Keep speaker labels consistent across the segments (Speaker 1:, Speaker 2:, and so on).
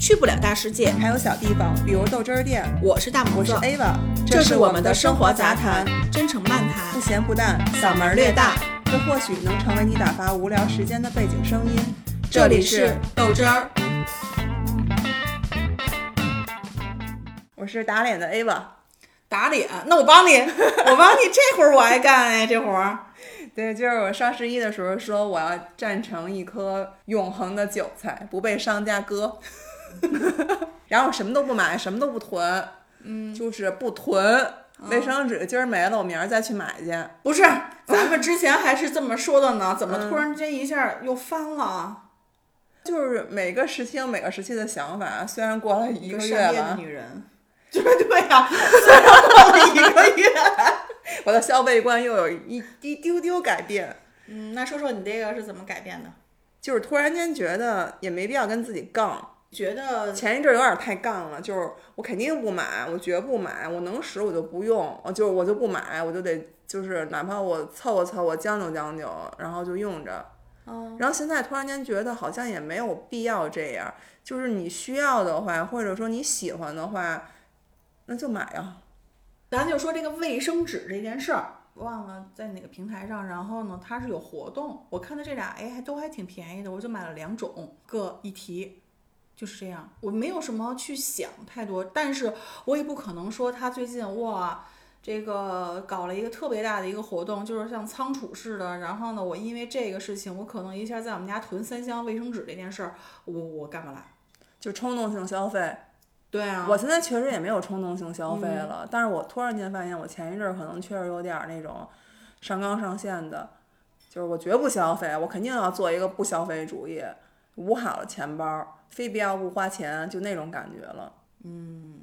Speaker 1: 去不了大世界。
Speaker 2: 还有小地方，比如豆汁儿店。
Speaker 1: 我是大拇
Speaker 2: 我是
Speaker 1: 哥，
Speaker 2: Ava，
Speaker 1: 这是
Speaker 2: 是
Speaker 1: 我
Speaker 2: 我
Speaker 1: 们
Speaker 2: 们
Speaker 1: 的
Speaker 2: 的
Speaker 1: 生
Speaker 2: 生
Speaker 1: 活
Speaker 2: 活
Speaker 1: 杂
Speaker 2: 杂
Speaker 1: 谈
Speaker 2: 谈，
Speaker 1: 真诚漫
Speaker 2: 不
Speaker 1: 谈，
Speaker 2: 咸不淡，嗓门儿略大，这或许能成为你打发无聊时间的背景声音。
Speaker 1: 这里是豆汁儿，
Speaker 2: 我是打脸的 Ava，
Speaker 1: 打脸。那我 帮你，我帮你，这活儿我爱干哎，这活儿。
Speaker 2: 对，就是我双十一的时候说我要站成一颗永恒的韭菜，不被商家 割。然后我什么都不买，什么都不囤，嗯，就是不囤。
Speaker 1: 哦
Speaker 2: 卫生纸今儿没了，我明儿再去买去。
Speaker 1: 不是，
Speaker 2: 嗯
Speaker 1: 咱们之前还是这么说的呢，怎么突然间一下又翻了？啊
Speaker 2: 就是每个时期有每个时期的想法，虽然过了一
Speaker 1: 一个
Speaker 2: 个月
Speaker 1: 善变的
Speaker 2: 了，
Speaker 1: 女人。对对呀、虽然过了一个月。
Speaker 2: 我的消费观又有一一丢丢改变，
Speaker 1: 嗯，那说说你这个是怎么改变的？
Speaker 2: 就是突然间觉得也没必要跟自己杠。
Speaker 1: 觉得
Speaker 2: 前一阵儿有点太杠了，就是我肯定不买，我绝不买，我能使我就不用，我就是我就不买，我就得就是哪怕我凑合凑合将就将就，然后就用着。
Speaker 1: 嗯
Speaker 2: 然后现在突然间觉得好像也没有必要这样，就是你需要的话，或者说你喜欢的话，那就买啊呀、
Speaker 1: 咱就说这个卫生纸这件事儿，忘了在哪个平台上，然后呢，它是有活动，我看到这俩哎还都还挺便宜的，我就买了两种，各一提，就是这样，我没有什么去想太多，但是我也不可能说他最近哇。这个搞了一个特别大的一个活动，就是像仓储似的。然后呢，我因为这个事情，我可能一下在我们家囤三箱卫生纸这件事儿，我我干不来。
Speaker 2: 就冲动性消费。
Speaker 1: 对啊，嗯
Speaker 2: 我现在确实也没有冲动性消费了，但是我突然间发现，我前一阵儿可能确实有点儿那种上纲上线的，就是我绝不消费，我肯定要做一个不消费主义，捂好了钱包，非必要不花钱，就那种感觉了。
Speaker 1: 嗯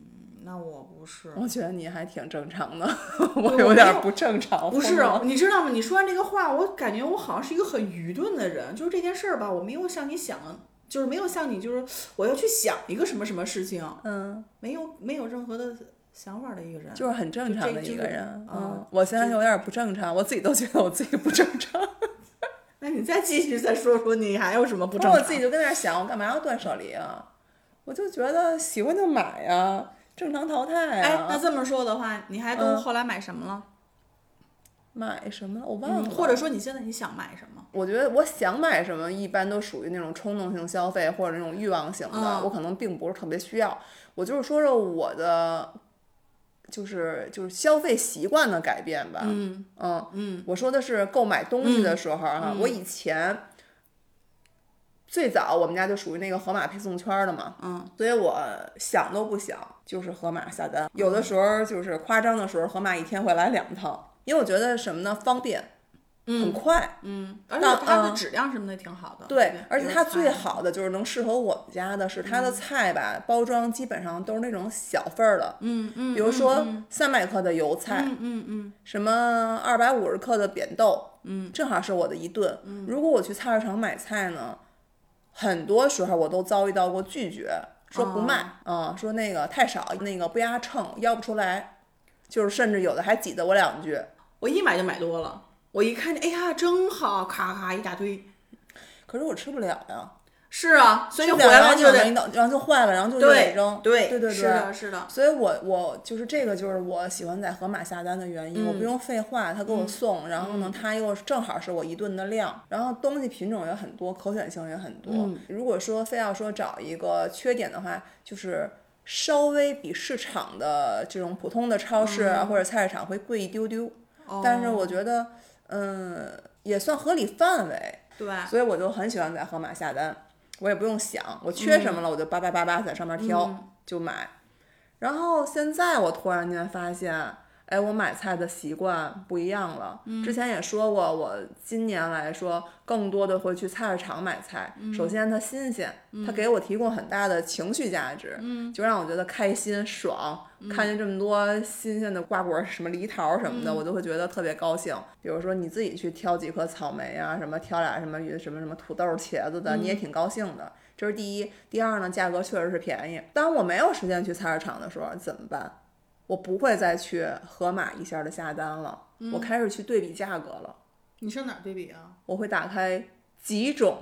Speaker 1: 那我不是。
Speaker 2: 我觉得你还挺正常的，
Speaker 1: 嗯 我
Speaker 2: 我
Speaker 1: 没
Speaker 2: 有点
Speaker 1: 有
Speaker 2: 儿不正常。
Speaker 1: 不
Speaker 2: 疯
Speaker 1: 是哦
Speaker 2: 了，
Speaker 1: 你知道吗？你说完这个话，我感觉我好像是一个很愚钝的人。就是这件事儿吧，我没有像你想，就是没有像你，就是我要去想一个什么什么事情，
Speaker 2: 嗯，
Speaker 1: 没有没有任何的想法的一个人。
Speaker 2: 就是很正
Speaker 1: 就
Speaker 2: 常
Speaker 1: 这
Speaker 2: 的
Speaker 1: 就
Speaker 2: 一个
Speaker 1: 是
Speaker 2: 人。
Speaker 1: 嗯
Speaker 2: 嗯，我现在有点儿不正常，我自己都觉得我自己不正常。
Speaker 1: 那你再继续再说说，你还有什么不
Speaker 2: 不
Speaker 1: 正
Speaker 2: 哦我
Speaker 1: 常？
Speaker 2: 自己就跟那儿想，我干嘛要断舍离啊？我就觉得喜欢就买呀、正常淘汰啊
Speaker 1: 哎
Speaker 2: 呀、，
Speaker 1: 那这么说的话，你还都
Speaker 2: 嗯
Speaker 1: 后来买什么了？
Speaker 2: 买什么了？我忘了。
Speaker 1: 嗯，或者说你现在你想买什么？
Speaker 2: 我觉得我想买什么，一般都属于那种冲动性消费或者那种欲望型的，
Speaker 1: 嗯
Speaker 2: 我可能并不是特别需要。我就是说说我的，就是就是消费习惯的改变吧。
Speaker 1: 嗯
Speaker 2: 嗯，
Speaker 1: 嗯
Speaker 2: 我说的是购买东西的时候哈、
Speaker 1: 嗯嗯
Speaker 2: 我以前最早我们家就属于那个盒马配送圈儿的嘛，
Speaker 1: 嗯，
Speaker 2: 所以我想都不想，就是盒马下单。有的时候就是夸张的时候，盒马一天会来两趟，因为我觉得什么呢，方便，很快，
Speaker 1: 嗯，而且
Speaker 2: 那
Speaker 1: 它的
Speaker 2: 嗯
Speaker 1: 质量什么的挺好的。
Speaker 2: 对
Speaker 1: 不，
Speaker 2: 而且它最，
Speaker 1: 比如
Speaker 2: 好的就是能适合我们家的是它
Speaker 1: 嗯
Speaker 2: 的菜吧，包装基本上都是那种小份儿的，
Speaker 1: 嗯嗯，
Speaker 2: 比如说
Speaker 1: 嗯
Speaker 2: 三百克的油菜，
Speaker 1: 嗯嗯嗯
Speaker 2: 什么二百五十克的扁豆，
Speaker 1: 嗯，
Speaker 2: 正好是我的一顿。如果我去菜市场买菜呢，很多时候我都遭遇到过拒绝，说不卖，
Speaker 1: 哦
Speaker 2: 啊、说那个太少，那个不压秤，要不出来，就是甚至有的还挤得我两句。
Speaker 1: 我一买就买多了，我一看见，哎呀，真好，咔咔一大堆。
Speaker 2: 可是我吃不了呀，
Speaker 1: 是啊，所以
Speaker 2: 吃不
Speaker 1: 回
Speaker 2: 了然
Speaker 1: 来
Speaker 2: 后
Speaker 1: 就
Speaker 2: 等
Speaker 1: 得
Speaker 2: 一等，然后就坏了，然后就
Speaker 1: 对
Speaker 2: 得扔。
Speaker 1: 对
Speaker 2: 对对
Speaker 1: 是的，是的，
Speaker 2: 所以我我就是这个就是我喜欢在盒马下单的原因，我不用废话，他给我送，然后呢，他又正好是我一顿的量，然后东西品种也很多，可选性也很多。如果说非要说找一个缺点的话，就是。稍微比市场的这种普通的超市啊、或者菜市场会贵一丢丢，但是我觉得，嗯，也算合理范围。
Speaker 1: 对，
Speaker 2: 所以我就很喜欢在盒马下单，我也不用想，我缺什么了，我就叭叭叭叭在上面挑、就买。然后现在我突然间发现，哎，我买菜的习惯不一样了。之前也说过，我今年来说更多的会去菜市场买菜。首先它新鲜，它给我提供很大的情绪价值，就让我觉得开心爽。看见这么多新鲜的瓜果儿，什么梨桃儿什么的，我都会觉得特别高兴。比如说你自己去挑几颗草莓啊，什么挑俩什么鱼什么什么土豆儿、茄子的，你也挺高兴的。这是第一，第二呢，价格确实是便宜。当我没有时间去菜市场的时候怎么办？我不会再去盒马一下的下单了，
Speaker 1: 嗯
Speaker 2: 我开始去对比价格了。
Speaker 1: 你上哪儿对比啊？
Speaker 2: 我会打开几种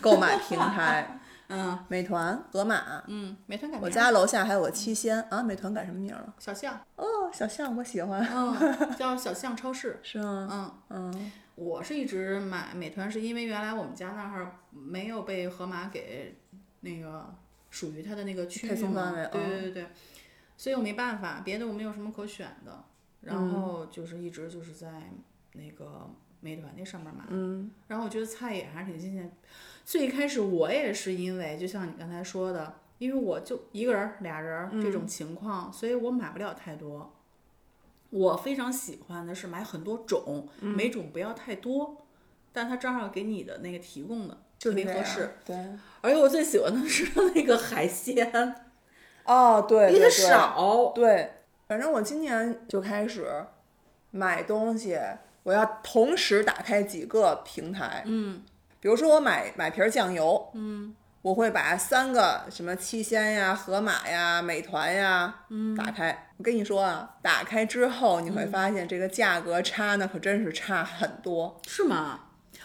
Speaker 2: 购买平台，
Speaker 1: 嗯
Speaker 2: 美团、盒马，
Speaker 1: 嗯，美团改
Speaker 2: 我
Speaker 1: 名嗯
Speaker 2: 家楼下还有个七鲜啊，美团改什么名儿了？
Speaker 1: 小象，
Speaker 2: 哦，小象我喜欢，
Speaker 1: 嗯， 叫小象超市。
Speaker 2: 是啊吗？
Speaker 1: 嗯，
Speaker 2: 嗯，
Speaker 1: 我是一直买美团，是因为原来我们家那儿没有被盒马给那个属于它的那个区
Speaker 2: 配
Speaker 1: 域
Speaker 2: 送
Speaker 1: 嘛
Speaker 2: 范围，
Speaker 1: 对
Speaker 2: 嗯
Speaker 1: 对对对，所以我没办法，别的我没有什么可选的，然后就是一直就是在那个美团那上面买，嗯，然后我觉得菜也还是挺新鲜。最开始我也是因为就像你刚才说的，因为我就一个人儿、俩人儿这种情况，所以我买不了太多。我非常喜欢的是买很多种，每种不要太多，但它正好给你的那个提供的特
Speaker 2: 就
Speaker 1: 别
Speaker 2: 是这
Speaker 1: 合
Speaker 2: 样
Speaker 1: 适。。
Speaker 2: 对，啊
Speaker 1: 而且我最喜欢的是 那个海鲜，
Speaker 2: 哦，对，
Speaker 1: 因为它
Speaker 2: 对，
Speaker 1: 少。
Speaker 2: 对，反正我今年就开始买东西，我要同时打开几个平台。嗯，比如说我买买瓶儿酱油，嗯，我会把三个什么七鲜呀、盒马呀、美团呀，嗯，打开。我跟你说啊，打开之后你会发现这个价格差呢，可真是差很多，
Speaker 1: 是吗？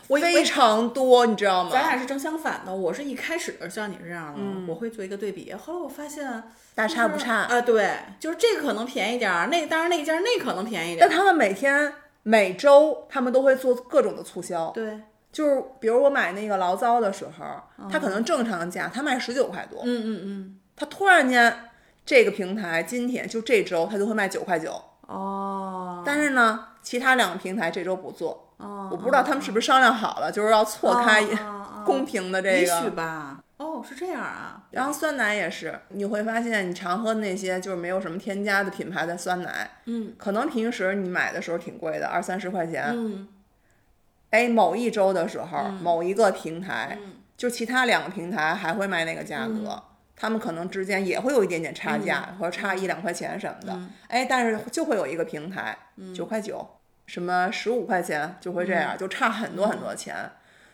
Speaker 1: 我我
Speaker 2: 非常多，你知道
Speaker 1: 咱
Speaker 2: 吗？
Speaker 1: 俩是正相反的。我是一开始像你这样的，我会做一个对比。后来我发现
Speaker 2: 嗯大差不
Speaker 1: 就是
Speaker 2: 差
Speaker 1: 啊、对，就是这个可能便宜点儿，那个当然那一家那可能便宜点
Speaker 2: 但
Speaker 1: 儿。
Speaker 2: 他们每天每周他们都会做各种的促销。
Speaker 1: 对，
Speaker 2: 就是比如我买那个醪糟的时候，它可能正常价它卖十九块多，
Speaker 1: 嗯嗯嗯，
Speaker 2: 它突然间这个平台今天就这周它就会卖九块九，
Speaker 1: 嗯哦，
Speaker 2: 但是呢，其他两个平台这周不做，
Speaker 1: 哦
Speaker 2: 我不知道他们是不是商量好了，就是要错开
Speaker 1: 哦
Speaker 2: 公平的 这
Speaker 1: 也许
Speaker 2: 个。
Speaker 1: 吧。哦，是这样啊。
Speaker 2: 然后酸奶也是，你会发现你常喝那些就是没有什么添加的品牌的酸奶，
Speaker 1: 嗯
Speaker 2: 可能平时你买的时候挺贵的，二三十块钱，
Speaker 1: 嗯
Speaker 2: 哎，某一周的时候，某一个平台，
Speaker 1: 嗯
Speaker 2: 就其他两个平台还会卖那个价格，他们可能之间也会有一点点差价，或者差一两块钱什么的。哎，但是就会有一个平台九、块九，什么十五块钱就会这样，就差很多很多钱。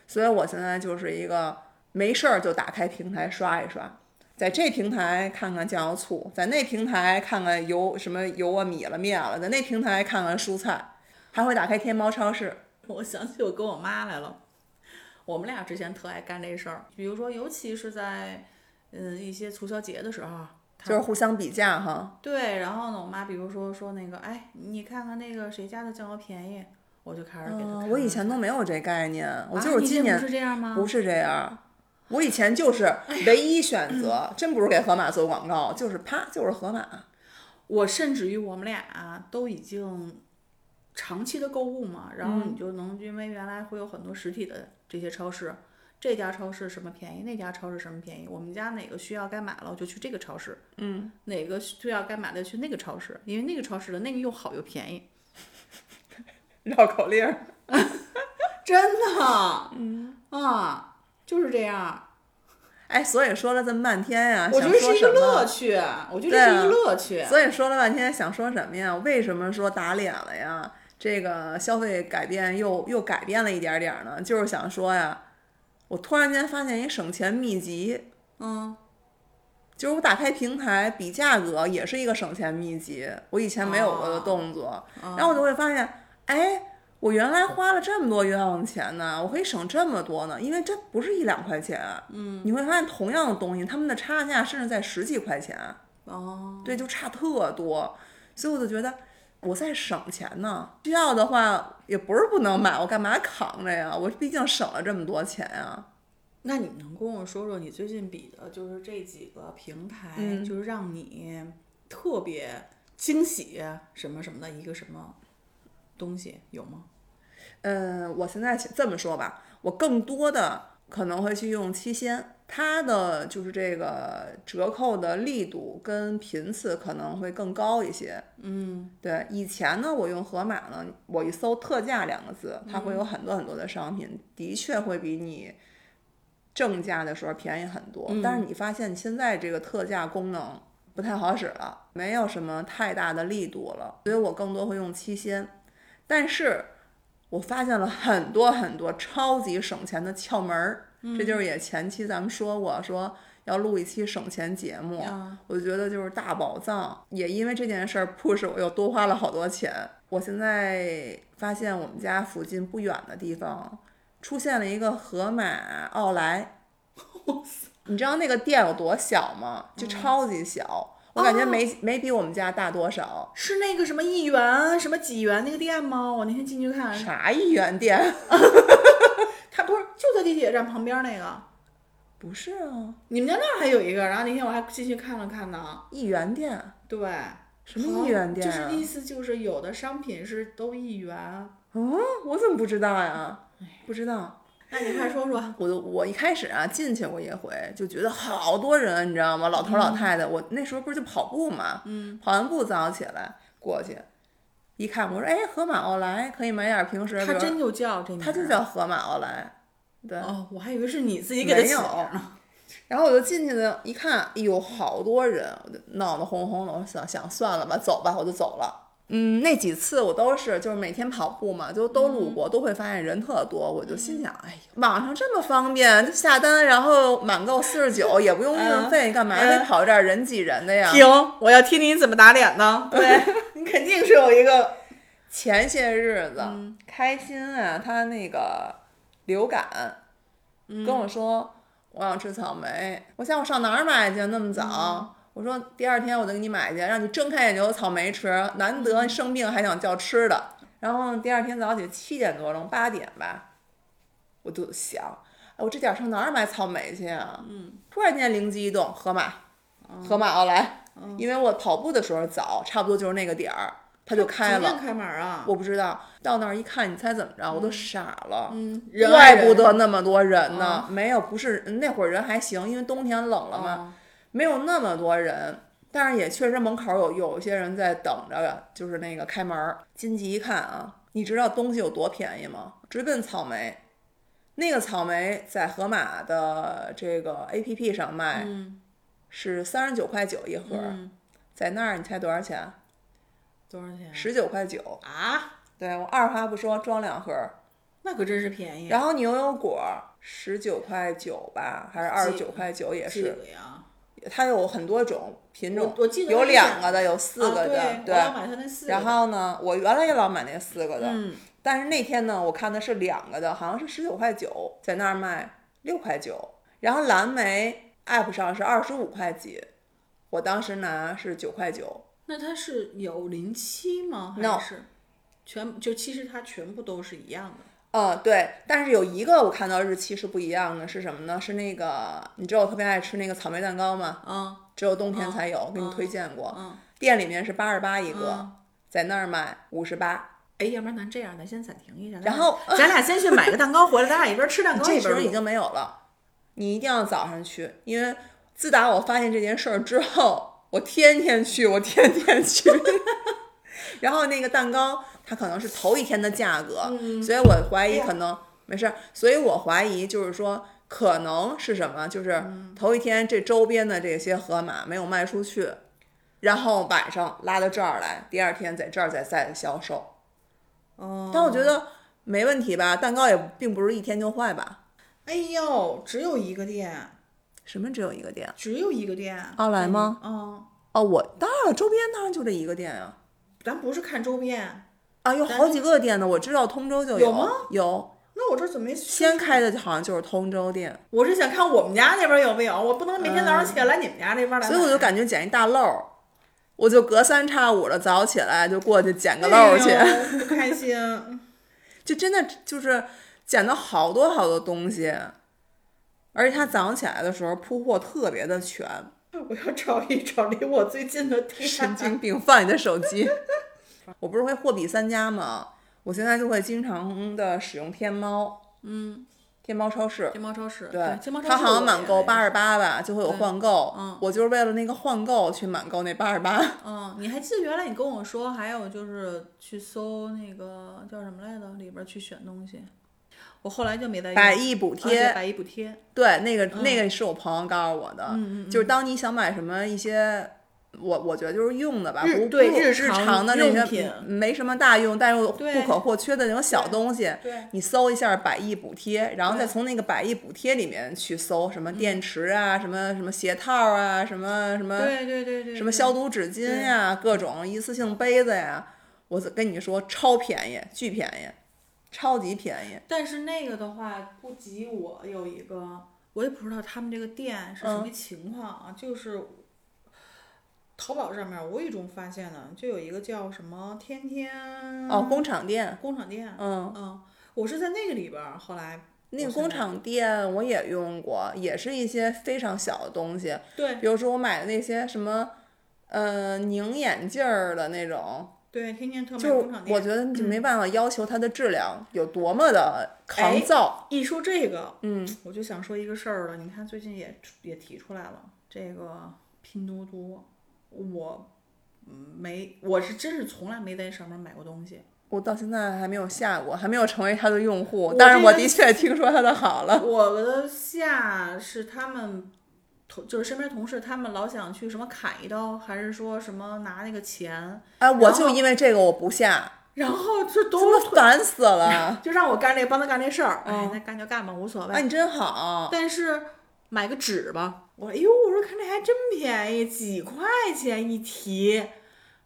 Speaker 2: 所以我现在就是一个没事儿就打开平台刷一刷。在这平台看看酱油醋，在那平台看看油什么油啊米了面了，在那平台看看蔬菜，还会打开天猫超市，
Speaker 1: 我想起我跟我妈来了，我们俩之前特爱干这事儿，比如说，尤其是在嗯一些促销节的时候，啊她
Speaker 2: 就是互相比价哈。
Speaker 1: 对，然后呢，我妈比如说说那个，哎，你看看那个谁家的酱油便宜，我就开始给她
Speaker 2: 嗯
Speaker 1: 看。
Speaker 2: 我以前都没有这概念，我就是
Speaker 1: 啊、你以前
Speaker 2: 今年
Speaker 1: 不哎是这样吗？
Speaker 2: 不是这样。我以前就是唯一
Speaker 1: 嗯
Speaker 2: 选择，真不是给盒马做广告，就是啪，就是盒马。
Speaker 1: 我甚至于我们俩、都已经长期的购物嘛，然
Speaker 2: 嗯
Speaker 1: 后你就能因为原来会有很多实体的这些超市，这家超市什么便宜，那家超市什么便宜，我们家哪个需要该买了，我就去这个超市，嗯，哪个需要该买的去那个超市，因为那个超市的那个又好又便宜，
Speaker 2: 绕口令儿，
Speaker 1: 真的，嗯啊，就是这样。
Speaker 2: 哎，所以说了这么半天呀、
Speaker 1: 我觉
Speaker 2: 啊想
Speaker 1: 得
Speaker 2: 说
Speaker 1: 是一个
Speaker 2: 什么
Speaker 1: 乐趣，我觉得
Speaker 2: 对
Speaker 1: 这是一
Speaker 2: 啊
Speaker 1: 个乐趣。
Speaker 2: 所以说了半天想说什么呀？为什么说打脸了呀？这个消费改变又又改变了一点点儿呢？就是想说呀，我突然间发现一省钱秘籍，
Speaker 1: 嗯，
Speaker 2: 就是我打开平台比价格也是一个省钱秘籍，我以前没有过的动作。然后我就会发现，哎，我原来花了这么多冤枉钱呢，我可以省这么多呢，因为这不是一两块钱。嗯，你会发现同样的东西，他们的差价甚至在十几块钱，啊
Speaker 1: 哦，
Speaker 2: 对，就差特多。所以我就觉得我在省钱呢，需要的话也不是不能买，我干嘛扛着呀？我毕竟省了这么多钱啊呀。
Speaker 1: 那你能跟我说说你最近比的就是这几个平台，
Speaker 2: 嗯
Speaker 1: 就是让你特别惊喜什么什么的一个什么东西有吗？
Speaker 2: 嗯，我现在这么说吧，我更多的可能会去用七鲜，它的就是这个折扣的力度跟频次可能会更高一些。嗯，对，以前呢，我用盒马呢，我一搜“特价”两个字，它会有很多很多的商品，的确会比你正价的时候便宜很多。但是你发现现在这个特价功能不太好使了，没有什么太大的力度了，所以我更多会用七鲜，但是。我发现了很多很多超级省钱的窍门儿，这就是也前期咱们说过，说要录一期省钱节
Speaker 1: 嗯
Speaker 2: 目，
Speaker 1: 啊
Speaker 2: 我就觉得就是大宝藏。也因为这件事儿，push 我又多花了好多钱。我现在发现我们家附近不远的地方出现了一个盒马奥莱，你知道那个店有多小吗？就超级小，我感觉没、没比我们家大多少。
Speaker 1: 是那个什么一元什么几元那个店吗？我那天进去看，
Speaker 2: 啥一元店？
Speaker 1: 它不是就在地铁站旁边那个，
Speaker 2: 不是啊，
Speaker 1: 你们家那儿还有一个，然后那天我还进去看了看呢。
Speaker 2: 一元店
Speaker 1: 对，哦
Speaker 2: 什么一元店
Speaker 1: 就
Speaker 2: 啊？
Speaker 1: 是意思就是有的商品是都一元。
Speaker 2: 嗯，我怎么不知道呀？不知道，
Speaker 1: 那你快说说，
Speaker 2: 我都我一开始啊进去过一回，就觉得好多人，你知道吗？老头
Speaker 1: 嗯
Speaker 2: 老太太，我那时候不是就跑步嘛，嗯，跑完步早上起来过去，一看我说，哎，河马奥莱可以买点平时，比
Speaker 1: 他
Speaker 2: 如
Speaker 1: 真就叫这名儿，啊
Speaker 2: 它就叫河马奥莱，对，
Speaker 1: 哦，我还以为是你自己给他
Speaker 2: 没
Speaker 1: 起
Speaker 2: 有
Speaker 1: 的呢。
Speaker 2: 然后我就进去呢，一看，哎呦，好多人，我就闹得哄哄的。我想想算了吧，走吧，我就走了。嗯，那几次我都是就是每天跑步嘛，就都路过，都会发现人特多。我就心想，哎呦，网上这么方便，就下单，然后满购四十九，也不用运费，干嘛非跑这儿人挤人的呀？
Speaker 1: 停，我要听你怎么打脸呢？对你肯定是有一个，
Speaker 2: 前些日子，开心啊，他那个流感，跟我说我想吃草莓，我想我上哪儿买去？啊那么早，我说第二天我就给你买去，让你睁开眼就有草莓吃，难得生病还想叫吃的。然后第二天早起七点多钟，八点吧，我就想，哎，我这点儿上哪儿买草莓去啊？嗯，突然间灵机一动，河马，河马奥莱，因为我跑步的时候早，差不多就是那个点儿，它
Speaker 1: 哦
Speaker 2: 就 开了。
Speaker 1: 开门啊！
Speaker 2: 我不知道，到那儿一看，你猜怎么着？我都傻了，
Speaker 1: 嗯，
Speaker 2: 怪不得那么多人呢。
Speaker 1: 啊
Speaker 2: 没有，不是那会儿人还行，因为冬天冷了嘛，
Speaker 1: 哦
Speaker 2: 没有那么多人。但是也确实门口有有一些人在等着，就是那个开门儿。进去一看啊，你知道东西有多便宜吗？直奔草莓，那个草莓在盒马的这个 APP 上卖，
Speaker 1: 嗯
Speaker 2: 是三十九块九一盒，
Speaker 1: 嗯，
Speaker 2: 在那儿你猜多少钱？啊
Speaker 1: 多少钱？
Speaker 2: 十九块九。
Speaker 1: 啊，
Speaker 2: 对我二话不说装两盒，
Speaker 1: 那可真是便宜。啊
Speaker 2: 然后牛油果十九块九吧，还是二十九块九也
Speaker 1: 几
Speaker 2: 是，
Speaker 1: 个呀？
Speaker 2: 它有很多种品种，
Speaker 1: 我我记得
Speaker 2: 有
Speaker 1: 是
Speaker 2: 两个的，有四个的，
Speaker 1: 啊对，
Speaker 2: 对。
Speaker 1: 我要买他那四个。
Speaker 2: 然后呢，我原来也老买那四个的，
Speaker 1: 嗯，
Speaker 2: 但是那天呢，我看的是两个的，好像是十九块九，在那儿卖六块九，然后蓝莓 app 上是二十五块几，我当时拿是九块九，
Speaker 1: 那它是有零七吗？
Speaker 2: No
Speaker 1: 还是全就其实它全部都是一样的。
Speaker 2: 呃，对，但是有一个我看到日期是不一样的，是什么呢？是那个你知道我特别爱吃那个草莓蛋糕吗？
Speaker 1: 嗯
Speaker 2: 只有冬天才有，给你推荐过。
Speaker 1: 嗯，
Speaker 2: 店里面是八十八一个，
Speaker 1: 啊
Speaker 2: 在那儿卖五十八。
Speaker 1: 哎，要不然咱这样，咱先暂停一下。咱
Speaker 2: 然
Speaker 1: 俩
Speaker 2: 后
Speaker 1: 咱俩先去买个蛋糕回来，咱俩一边吃蛋糕
Speaker 2: 这
Speaker 1: 一
Speaker 2: 时
Speaker 1: 边
Speaker 2: 候已
Speaker 1: 录。
Speaker 2: 经没有了，你一定要早上去，因为自打我发现这件事儿之后，我天天去，我天天去。 然后那个蛋糕，它可能是头一天的价格，所以我怀疑可能、没事儿，所以我怀疑就是说。可能是什么？就是头一天这周边的这些河马没有卖出去，然后晚上拉到这儿来，第二天在这儿再再销售。
Speaker 1: 哦，
Speaker 2: 但我觉得没问题吧，蛋糕也并不是一天就坏吧。
Speaker 1: 哎呦，只有一个店，
Speaker 2: 什么只有一个店？
Speaker 1: 只有一个店。
Speaker 2: 奥莱吗？
Speaker 1: 嗯，
Speaker 2: 哦，我当然了，周边当然就这一个店啊。
Speaker 1: 咱不是看周边，
Speaker 2: 啊，有好几个店呢，我知道通州就
Speaker 1: 有吗
Speaker 2: 有，
Speaker 1: 那我这怎么没先？
Speaker 2: 先开的好像就是通州店，
Speaker 1: 我是想看我们家那边有没有，我不能每天早上起来来你们家这边来买。
Speaker 2: 嗯所以我就感觉捡一大漏儿，我就隔三差五的早起来就过去捡个漏儿去，
Speaker 1: 哎呦不开心。
Speaker 2: 就真的就是捡到好多好多东西，而且他早上起来的时候铺货特别的全，
Speaker 1: 我要找一找离我最近的 店。
Speaker 2: 神经病，放你的手机。 我不是会货比三家吗？我现在就会经常的使用天猫，
Speaker 1: 嗯，
Speaker 2: 天猫超市。
Speaker 1: 天猫超市，
Speaker 2: 对，
Speaker 1: 天猫超市
Speaker 2: 它好像满购八
Speaker 1: 十。
Speaker 2: 十八吧，就会有换购。
Speaker 1: 嗯
Speaker 2: 我就是为了那个换购去满购那八十八。
Speaker 1: 嗯，你还记得原来你跟我说，还有就是去搜那个叫什么来着，里边去选东西。我后来就没再用
Speaker 2: 百亿补贴
Speaker 1: 啊对百亿补贴。
Speaker 2: 对，那个、
Speaker 1: 嗯
Speaker 2: 那个是我朋友告诉我的，就是当你想买什么一些，我我觉得就是用的吧，
Speaker 1: 日
Speaker 2: 不不
Speaker 1: 对
Speaker 2: 日
Speaker 1: 日常
Speaker 2: 的
Speaker 1: 用
Speaker 2: 那
Speaker 1: 品
Speaker 2: 些嗯没什么大用，但又不
Speaker 1: 对
Speaker 2: 可或缺的那种小东西，
Speaker 1: 对
Speaker 2: 你搜一下百亿补贴，然后再
Speaker 1: 对嗯
Speaker 2: 从那个百亿补贴里面去搜什么电池啊，什么什么鞋套啊，什么什么
Speaker 1: 对对对对。
Speaker 2: 什么
Speaker 1: 对
Speaker 2: 消毒纸巾呀、各种一次性杯子呀、我跟你说超便宜，巨便宜，超级便宜。
Speaker 1: 但是那个的话，不及我有一个我也不知道他们这个店是什
Speaker 2: 嗯
Speaker 1: 么情况啊，就是淘宝上面无意中发现的，就有一个叫什么天天
Speaker 2: 哦，工厂店，
Speaker 1: 工厂店，
Speaker 2: 嗯，
Speaker 1: 嗯，我是在那个里边儿，后来
Speaker 2: 那个
Speaker 1: 我现
Speaker 2: 工
Speaker 1: 在
Speaker 2: 厂店我也用过，也是一些非常小的东西，
Speaker 1: 对
Speaker 2: 比如说我买的那些什么，呃，拧眼镜儿的那种，
Speaker 1: 对天天特卖
Speaker 2: 就
Speaker 1: 工厂店，嗯
Speaker 2: 我觉得就没办法要求它的质量有多么
Speaker 1: 哎
Speaker 2: 的抗造。
Speaker 1: 一说这个，
Speaker 2: 嗯，
Speaker 1: 我就想说一个事儿了。你看，最近也出也提出来了，这个拼多多，我嗯没，我是真是从来没在上面买过东西。
Speaker 2: 我到现在还没有下过，还没有成为它的用户
Speaker 1: 我，
Speaker 2: 但是
Speaker 1: 这
Speaker 2: 我
Speaker 1: 个
Speaker 2: 的确听说它的好 了。
Speaker 1: 我的下是他们同，就是身边同事，他们老想去什么砍一刀，还是说什么拿那个钱，
Speaker 2: 哎，我
Speaker 1: 然
Speaker 2: 就因为这个我不下，
Speaker 1: 然后就
Speaker 2: 真
Speaker 1: 都
Speaker 2: 的烦死了。
Speaker 1: 就让我干这，帮他干这事儿。哎
Speaker 2: 嗯，
Speaker 1: 那干就干吧，无所谓。
Speaker 2: 哎，你真好，
Speaker 1: 但是买个纸吧，我哎呦，我说看这还真便宜，几块钱一提。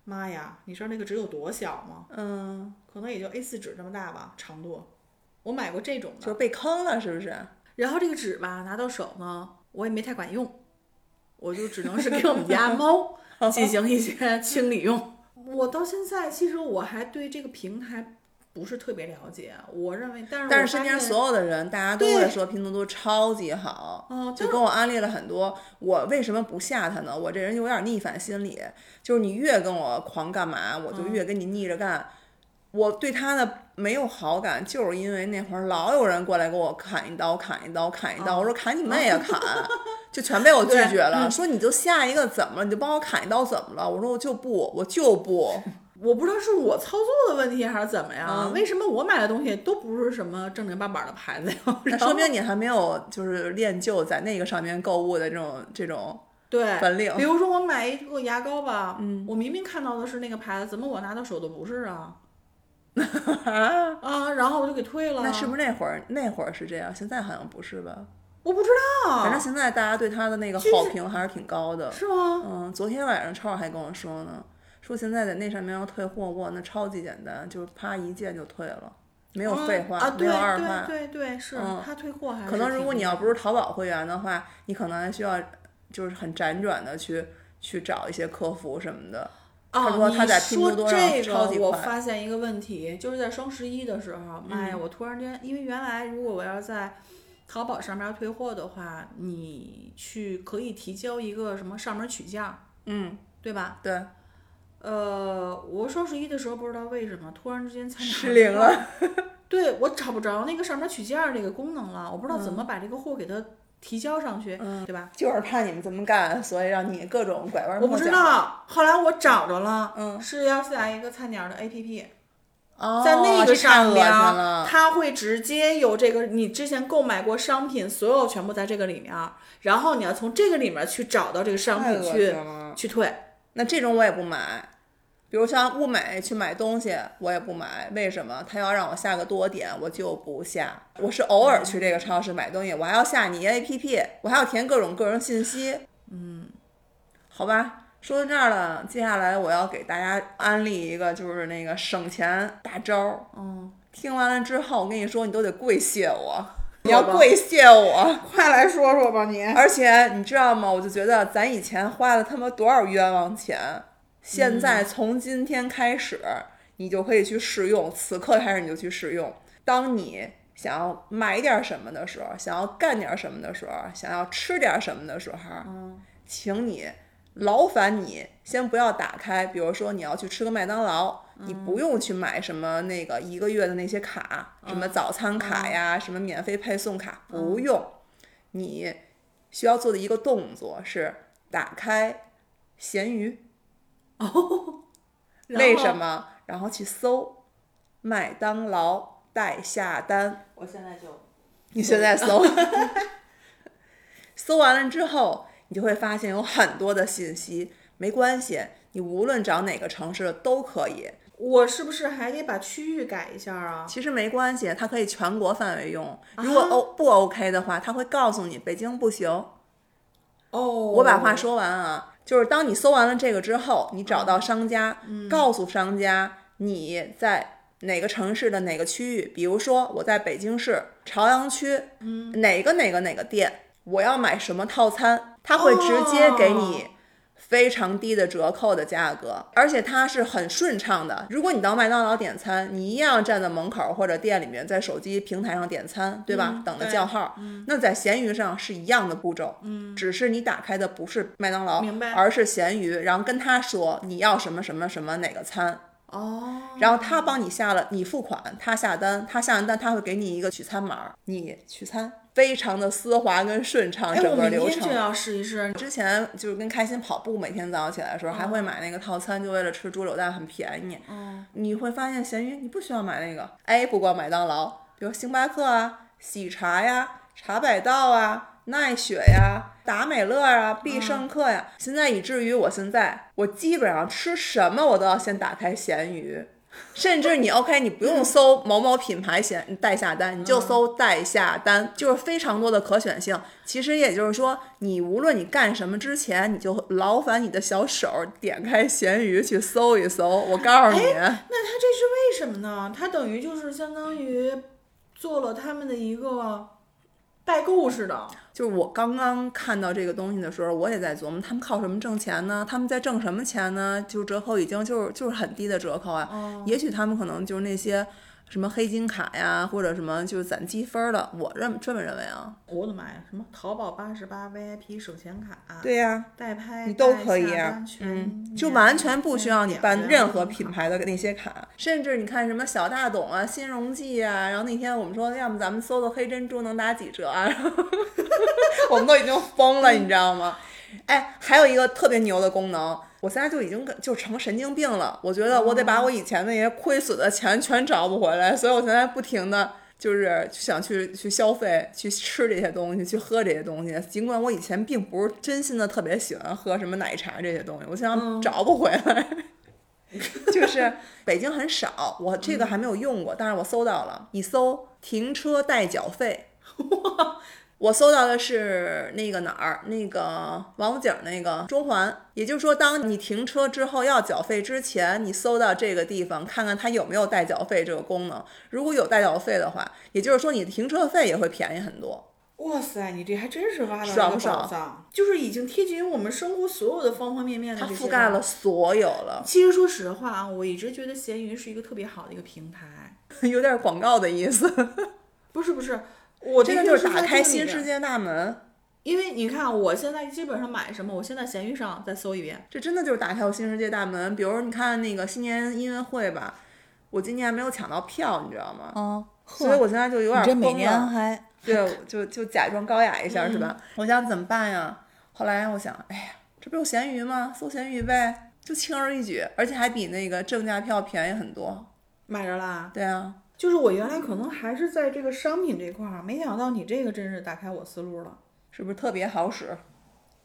Speaker 1: 妈呀，你知道那个纸有多小吗？
Speaker 2: 嗯，
Speaker 1: 可能也就 A 4纸这么大吧，长度。我买过这种
Speaker 2: 就
Speaker 1: 的，
Speaker 2: 是被坑了，是不是？
Speaker 1: 然后这个纸吧拿到手呢，我也没太管用，我就只能是给我们家 猫进行一些清理用。 我到现在其实我还对这个平台不是特别了解，啊我认为，但是
Speaker 2: 但
Speaker 1: 我
Speaker 2: 是身
Speaker 1: 发
Speaker 2: 边
Speaker 1: 现
Speaker 2: 所有的人，大家都
Speaker 1: 对
Speaker 2: 在说拼多多超级好，
Speaker 1: 哦，
Speaker 2: 就跟我安利了很多。我为什么不下它呢？我这人有点逆反心理，就是你越跟我狂干嘛，我
Speaker 1: 嗯
Speaker 2: 就越跟你逆着干。我对它的没有好感，就是因为那会儿老有人过来给我砍一刀、砍一刀、砍一刀，
Speaker 1: 哦
Speaker 2: 我说砍你妹啊， 砍！就全被我拒绝
Speaker 1: 嗯
Speaker 2: 了，说你就下一个怎么了？你就帮我砍一刀怎么了？我说我就不，我就不。
Speaker 1: 我不知道是我操作的问题还是怎么样，啊
Speaker 2: 嗯
Speaker 1: 为什么我买的东西都不是什么正经八板的牌子呀？
Speaker 2: 那
Speaker 1: 然
Speaker 2: 说
Speaker 1: 后
Speaker 2: 明你还没有就是练就在那个上面购物的这种这种
Speaker 1: 对，
Speaker 2: 本领。
Speaker 1: 比如说我买一个牙膏吧，我明明看到的是那个牌子，怎么我拿到手的不是 啊？啊，然后我就给退了。
Speaker 2: 那是不是那会儿那会儿是这样？现在好像不是吧？
Speaker 1: 我不知道
Speaker 2: 反，正现在大家对他的那个好评还是挺高的。
Speaker 1: 是吗？
Speaker 2: 嗯，昨天晚上超儿还跟我说呢，说现在在那上面要退货，哇，那超级简单，就是啪一键就退了，没有废话，
Speaker 1: 啊，
Speaker 2: 没
Speaker 1: 对
Speaker 2: 有二
Speaker 1: 对
Speaker 2: 话。
Speaker 1: 对对，是
Speaker 2: 嗯
Speaker 1: 他退货还是
Speaker 2: 可能如果你要不
Speaker 1: 是
Speaker 2: 是淘宝会员的话，你可能还需要就是很辗转的去去找一些客服什么的。
Speaker 1: 啊，
Speaker 2: 他说
Speaker 1: 你
Speaker 2: 他在拼多
Speaker 1: 说
Speaker 2: 多上
Speaker 1: 这
Speaker 2: 超级
Speaker 1: 个，我
Speaker 2: 快嗯
Speaker 1: 发现一个问题，就是在双十一的时候，妈呀，我突然间，因为原来如果我要在淘宝上面退货的话，你去可以提交一个什么上门取件，
Speaker 2: 嗯，
Speaker 1: 对吧？
Speaker 2: 对，
Speaker 1: 呃，我双十一的时候不知道为什么突然之间才
Speaker 2: 失灵了。
Speaker 1: 对我找不着那个上门取件儿那个功能了，我不知道怎
Speaker 2: 嗯
Speaker 1: 么把这个货给它提交上去，对吧？
Speaker 2: 就是怕你们这么干，所以让你各种拐弯
Speaker 1: 我
Speaker 2: 抹角。
Speaker 1: 不知道，后来我找着了，
Speaker 2: 嗯
Speaker 1: 是要下一个菜鸟的 APP，、
Speaker 2: 哦，
Speaker 1: 在那个
Speaker 2: 这太
Speaker 1: 上
Speaker 2: 恶心
Speaker 1: 面儿，
Speaker 2: 了。
Speaker 1: 它会直接有这个你之前购买过商品，所有全部在这个里面儿，然后你要从这个里面儿去找到这个商
Speaker 2: 太
Speaker 1: 品
Speaker 2: 恶
Speaker 1: 去
Speaker 2: 心了。
Speaker 1: 去退。
Speaker 2: 那这种我也不买，比如像物美去买东西，我也不买。为什么？他要让我下个多点，我就不下。我是偶尔去这个超市买东西，我还要下你 APP，我还要填各种个人信息。嗯，好吧。说到这儿了，接下来我要给大家安利一个，就是那个省钱大招儿。
Speaker 1: 嗯，
Speaker 2: 听完了之后，我跟你说，你都得跪谢我，你
Speaker 1: 好
Speaker 2: 要
Speaker 1: 吧
Speaker 2: 跪谢我。
Speaker 1: 快来说说吧你。
Speaker 2: 而且你知道吗？我就觉得咱以前花了他妈多少冤枉钱，现在从今天开始，你就可以去试用，此刻开始你就去试用。当你想要买点什么的时候，想要干点什么的时候，想要吃点什么的时候，
Speaker 1: 嗯
Speaker 2: 请你劳烦你先不要打开，比如说你要去吃个麦当劳，你不用去买什么那个一个月的那些卡，什么早餐卡呀，什么免费配送卡，不用。你需要做的一个动作是打开闲鱼，
Speaker 1: 然后
Speaker 2: 为什？么？然后去搜麦当劳代下单。
Speaker 1: 我现在就
Speaker 2: 你现在搜， 搜完了之后，你就会发现有很多的信息。没关系，你无论找哪个城市都可以，
Speaker 1: 我是不是还得把区域改一下啊？
Speaker 2: 其实没关系，它可以全国范围用。如果 O 不 OK 的话，它会告诉你北京不行。
Speaker 1: 哦，
Speaker 2: 我
Speaker 1: 我
Speaker 2: 把话说完啊，就是当你搜完了这个之后，你找到商家，
Speaker 1: 嗯
Speaker 2: 告诉商家你在哪个城市的
Speaker 1: 嗯
Speaker 2: 哪个区域，比如说我在北京市朝阳区，哪个哪个哪个店，我要买什么套餐，它会
Speaker 1: 哦
Speaker 2: 直接给你非常低的折扣的价格，而且它是很顺畅的。如果你到麦当劳点餐，你一样站在门口或者店里面，在手机平台上点餐，对吧？
Speaker 1: 嗯
Speaker 2: 等着
Speaker 1: 对
Speaker 2: 叫号。那在闲鱼上是一样的步骤，只是你打开的不是麦当劳，
Speaker 1: 嗯明白
Speaker 2: 而是闲鱼，然后跟他说你要什么什么什么哪个餐，
Speaker 1: 哦，
Speaker 2: 然后他帮你下了，你付款，他下单，他下完单他会给你一个取餐码儿，你取餐，非常的丝滑跟顺畅，
Speaker 1: 哎，
Speaker 2: 整
Speaker 1: 我
Speaker 2: 个
Speaker 1: 明
Speaker 2: 流
Speaker 1: 天就
Speaker 2: 程。
Speaker 1: 要试一试。
Speaker 2: 之前就是跟开心跑步，每天早上起来的时候还会买那个套餐，就为了吃猪柳蛋，很便宜。
Speaker 1: 嗯，
Speaker 2: 你会发现咸鱼你不需要买那个，哎，不光麦当劳，比如星巴克啊、喜茶呀、茶百道啊、奈雪呀、达美乐啊、必胜客呀，现在以至于我现在我基本上吃什么我都要先打开咸鱼。甚至你 OK，你不用搜某某品牌咸代下单，你就搜代下单，就是非常多的可选性。其实也就是说，你无论你干什么之前，你就劳烦你的小手儿点开闲鱼去搜一搜。我告诉你，
Speaker 1: 那他这是为什么呢？他等于就是相当于做了他们的一个代购似的。
Speaker 2: 就是我刚刚看到这个东西的时候，我也在琢磨他们靠什么挣钱呢？他们在挣什么钱呢？就折扣已经就是就是很低的折扣啊。
Speaker 1: 哦
Speaker 2: 也许他们可能就是那些什么黑金卡呀，或者什么就是攒积分儿的。我认这么认为啊。
Speaker 1: 我的妈呀，什么淘宝八十八 VIP 省钱卡、
Speaker 2: 对呀、
Speaker 1: 代拍
Speaker 2: 你都可以
Speaker 1: 代下
Speaker 2: 啊
Speaker 1: 单，全
Speaker 2: 就
Speaker 1: 年
Speaker 2: 完全不需要你
Speaker 1: 免
Speaker 2: 办
Speaker 1: 费
Speaker 2: 任何品牌的那些卡，甚至你看什么小大董啊、新荣记啊，然后那天我们说，要么咱们搜搜黑珍珠能打几折啊，然后 我们都已经疯了，
Speaker 1: 嗯
Speaker 2: 你知道吗？哎，还有一个特别牛的功能，我现在就已经跟就成神经病了。我觉得我得把我以前那些亏损的钱全找不回来，所以我现在不停的就是想去去消费、去吃这些东西、去喝这些东西。尽管我以前并不是真心的特别喜欢喝什么奶茶这些东西，我想找不回来。 就是北京很少，我这个还没有用过，但是我搜到了。你搜停车代缴费，我搜到的是那个哪儿，那个王府井那个中环。也就是说，当你停车之后要缴费之前，你搜到这个地方，看看它有没有代缴费这个功能。如果有代缴费的话，也就是说你的停车费也会便宜很多。
Speaker 1: 哇塞，你这还真是挖到
Speaker 2: 爽
Speaker 1: 了
Speaker 2: 不
Speaker 1: 一个宝
Speaker 2: 爽
Speaker 1: 藏，就是已经贴近于我们生活所有的方方面面的
Speaker 2: 它
Speaker 1: 这些
Speaker 2: 覆盖
Speaker 1: 了
Speaker 2: 了所有了，
Speaker 1: 其实说实话啊，我一直觉得闲鱼是一个特别好的一个平台，
Speaker 2: 有点广告的意思。
Speaker 1: 不是不是，我
Speaker 2: 这
Speaker 1: 个
Speaker 2: 个就是打开新世
Speaker 1: 界，
Speaker 2: 界大门，
Speaker 1: 因为你看我现在基本上买什么，我先在闲鱼上再搜一遍，
Speaker 2: 这真的就是打开我新世界大门。比如你看那个新年音乐会吧，我今年没有抢到票，你知道吗？
Speaker 3: 哦，呵
Speaker 2: 所以我现在就有点
Speaker 3: 你这
Speaker 2: 疯了。
Speaker 3: 每年还
Speaker 2: 对，我就就假装高雅一下、是
Speaker 1: 嗯
Speaker 2: 吧？我想怎么办呀？后来我想，哎呀，这不有闲鱼吗？搜闲鱼呗，就轻而易举，而且还比那个正价票便宜很多。
Speaker 1: 买着啦。
Speaker 2: 对啊，
Speaker 1: 就是我原来可能还是在这个商品这块儿，没想到你这个真是打开我思路了。
Speaker 2: 是不是特别好使？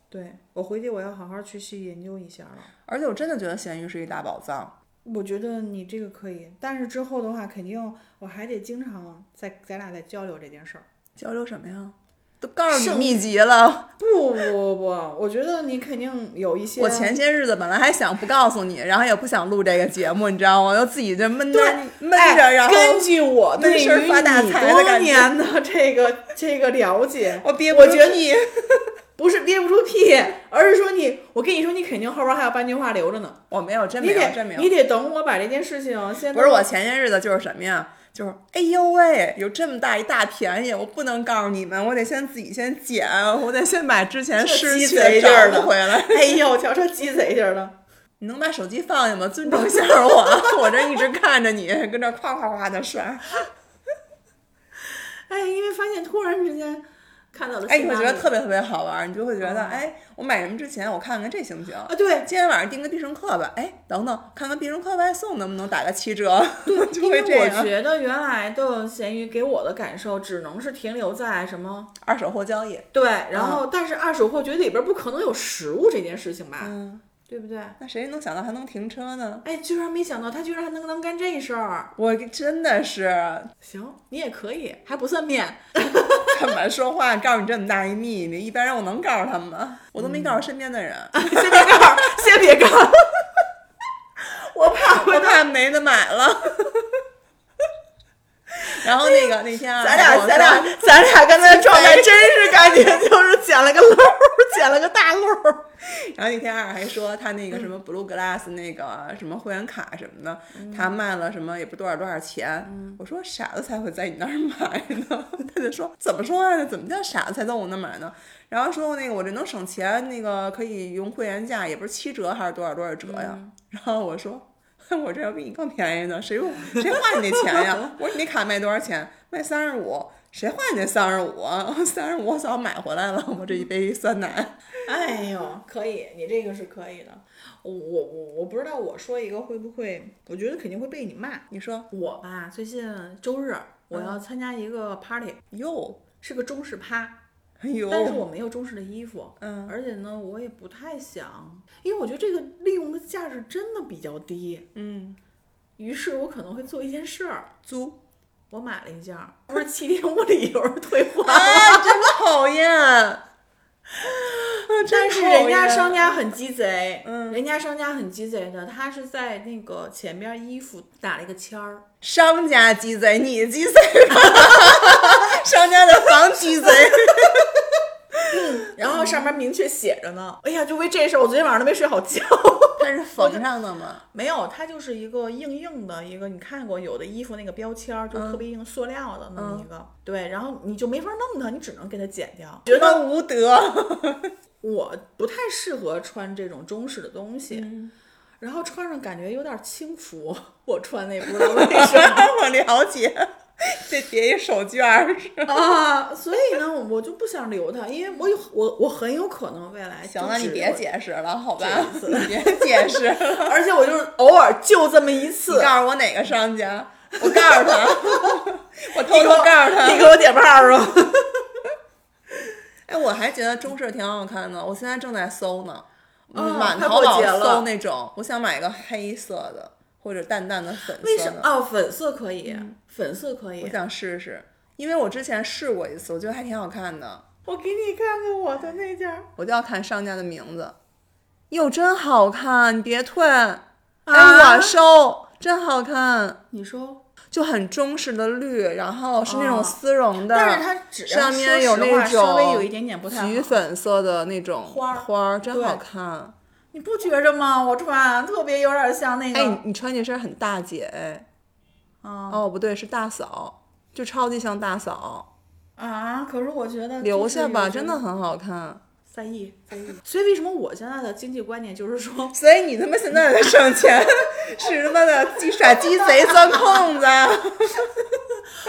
Speaker 1: 对我回去我要好好去去研究一下了。
Speaker 2: 而且我真的觉得闲鱼是一大宝藏。
Speaker 1: 我觉得你这个可以，但是之后的话，肯定我还得经常再咱俩再交流这件事儿。
Speaker 2: 交流什么呀？都告诉
Speaker 1: 剩
Speaker 2: 你秘籍了。
Speaker 1: 不不不不，我觉得你肯定有一些。
Speaker 2: 我前些日子本来还想不告诉你，然后也不想录这个节目，你知道吗？又自己这闷着闷着，
Speaker 1: 哎
Speaker 2: 然后
Speaker 1: 根据我对
Speaker 2: 闷
Speaker 1: 于
Speaker 2: 声
Speaker 1: 你
Speaker 2: 发大财的
Speaker 1: 多
Speaker 2: 感觉
Speaker 1: 年的这个 这个了解，
Speaker 2: 我憋不
Speaker 1: 我
Speaker 2: 住
Speaker 1: 觉得
Speaker 2: 屁
Speaker 1: 不是憋不出屁，而是说你，我跟你说，你肯定后边还有半句话留着呢。
Speaker 2: 我没有，真没
Speaker 1: 你
Speaker 2: 有，
Speaker 1: 得
Speaker 2: 真没有。
Speaker 1: 你得等我把这件事情先
Speaker 2: 不是我前些日子就是什么呀？就是哎呦喂，有这么大一大便宜，我不能告诉你们，我得先自己先捡，我得先把之前
Speaker 1: 这
Speaker 2: 失
Speaker 1: 鸡
Speaker 2: 去
Speaker 1: 贼
Speaker 2: 的
Speaker 1: 劲儿
Speaker 2: 找
Speaker 1: 的
Speaker 2: 回来。
Speaker 1: 哎呦，瞧这鸡贼劲儿了。
Speaker 2: 你能把手机放下吗？尊重一下我， 我这一直看着你，跟这夸夸夸的刷。
Speaker 1: 哎，因为发现突然之间看到了，
Speaker 2: 哎，你会觉得特别特别好玩，你就会觉
Speaker 1: 嗯
Speaker 2: 得，哎，我买什么之前我看看这行不行？
Speaker 1: 啊，对，
Speaker 2: 今天晚上订个必胜客吧。哎，等等，看看必胜客外送能不能打个七折， 就
Speaker 1: 因为
Speaker 2: 会这
Speaker 1: 我
Speaker 2: 样。
Speaker 1: 觉得原来的 闲鱼给我的感受只能是停留在什么
Speaker 2: 二手货交易，
Speaker 1: 对，然后
Speaker 2: 嗯
Speaker 1: 但是二手货觉得里边不可能有实物这件事情吧，
Speaker 2: 嗯，
Speaker 1: 对不对？
Speaker 2: 那谁能想到还能停车呢？
Speaker 1: 哎，居然没想到他居然还能能干这事儿，
Speaker 2: 我真的是
Speaker 1: 行，你也可以，还不算面，
Speaker 2: 干嘛说话？告诉你这么大一秘密，一般人我能告诉他们吗？我都没告诉身边的人，
Speaker 3: 嗯
Speaker 1: 先别告，先别告，
Speaker 2: 我怕我怕没得买了。 然后那个那天
Speaker 1: 嗯
Speaker 2: 啊，
Speaker 3: 咱俩
Speaker 2: 我
Speaker 3: 咱俩咱俩刚才状
Speaker 1: 哎
Speaker 3: 态真是感觉就是捡了个漏 儿，捡了个大漏儿。
Speaker 2: 然后那天二还说他那个什么 Blue Glass 那个什么会员卡什么的，他卖了什么也不多少多少钱。我说傻子才会在你那儿买呢，他就说怎么说话呢？怎么叫傻子才在我那儿买呢？然后说那个我这能省钱，那个可以用会员价，也不是七折还是多少多少折呀？ 然后我说。哼我这要比你更便宜呢，谁用谁花你那钱呀？ 我说你那卡卖多少钱？卖三十五，谁花你那三十五啊？ 三十五我早买回来了，我这一杯酸奶。
Speaker 1: 哎呦，可以，你这个是可以的。我我我不知道我说一个会不会，我觉得肯定会被你骂。
Speaker 2: 你说
Speaker 1: 我吧，最近周日我要参加一个 party，、
Speaker 2: 哟，
Speaker 1: 是个中式趴，
Speaker 2: 哎呦，
Speaker 1: 但是我没有中式的衣服，
Speaker 2: 嗯
Speaker 1: 而且呢，我也不太想，因为我觉得这个利用的价值真的比较低。
Speaker 2: 嗯，
Speaker 1: 于是我可能会做一件事儿，
Speaker 2: 租，
Speaker 1: 我买了一件儿，不是七天无理由退
Speaker 2: 啊
Speaker 1: 还，，
Speaker 2: 真讨厌，啊，真
Speaker 1: 但是
Speaker 2: 讨
Speaker 1: 人家
Speaker 2: 厌
Speaker 1: 商 家很鸡贼，
Speaker 2: 嗯
Speaker 1: 人家商家很鸡贼的，他是在那个前边衣服打了一个签儿，
Speaker 2: 商家鸡贼，你鸡贼 吧，商家的房鸡贼，
Speaker 1: 然后上面明确写着呢。哎呀，就为这事儿，我昨天晚上都没睡好觉。
Speaker 2: 它是缝上的吗？
Speaker 1: 没有，它就是一个硬硬的一个，你看过有的衣服那个标签儿，就
Speaker 2: 嗯
Speaker 1: 特别硬，塑料的那么一个。对，然后你就没法弄它，你只能给它剪掉。觉
Speaker 2: 觉
Speaker 1: 得
Speaker 2: 得无德，
Speaker 1: 我不太适合穿这种中式的东西，
Speaker 2: 嗯
Speaker 1: 然后穿上感觉有点轻浮，我穿那不知道为什么。
Speaker 2: 我了解，这叠一手绢儿是。
Speaker 1: 啊， 所以呢，我就不想留它，因为我有我我很有可能未来
Speaker 2: 行
Speaker 1: 就
Speaker 2: 了，你
Speaker 1: 只
Speaker 2: 别
Speaker 1: 留
Speaker 2: 解释了，好吧
Speaker 1: 这一次？
Speaker 2: 你别解释 了，
Speaker 1: 它，而且我就是偶尔就这么一
Speaker 2: 你
Speaker 1: 次，
Speaker 2: 告诉我哪个商家，我告诉他， 我偷偷告诉他，
Speaker 1: 你给我点炮儿啊 吧。
Speaker 2: 哎，我还觉得中式挺好看的，我现在正在搜呢，
Speaker 1: 哦
Speaker 2: 满
Speaker 1: 快
Speaker 2: 淘
Speaker 1: 过
Speaker 2: 宝
Speaker 1: 节了
Speaker 2: 搜那种，我想买一个黑色的或者淡淡的粉
Speaker 1: 为
Speaker 2: 色
Speaker 1: 什么
Speaker 2: 的，
Speaker 1: 啊？粉色可以，粉色可
Speaker 2: 嗯我
Speaker 1: 以。
Speaker 2: 想试试，因为我之前试过一次，我觉得还挺好看的，
Speaker 1: 我给你看看我的那件儿
Speaker 2: 我就要看商家的名字，哟，真好看，你别退，哎，
Speaker 1: 啊
Speaker 2: 我收，真好看，
Speaker 1: 你说，
Speaker 2: 就很中式的绿，然后是那种
Speaker 1: 哦
Speaker 2: 丝绒的，
Speaker 1: 但是它只要
Speaker 2: 上面
Speaker 1: 说
Speaker 2: 有
Speaker 1: 实
Speaker 2: 那
Speaker 1: 话稍微
Speaker 2: 种
Speaker 1: 有一点点不太
Speaker 2: 橘
Speaker 1: 好，
Speaker 2: 粉色的那种
Speaker 1: 花儿
Speaker 2: 花儿，真
Speaker 1: 对
Speaker 2: 好看。
Speaker 1: 你不觉着吗？我穿特别有点像那个，
Speaker 2: 哎，你你穿这身很大姐哎。
Speaker 1: 啊
Speaker 2: 哦，不对，是大嫂，就超级像大嫂，
Speaker 1: 啊！可是我觉得
Speaker 2: 留
Speaker 1: 就是
Speaker 2: 下吧，
Speaker 1: 有
Speaker 2: 真的很好看。
Speaker 1: 在意在意。所以为什么我现在的经济观念就是 说，
Speaker 2: 所以你他妈现在的省钱 是他妈的鸡耍鸡贼钻空子，啊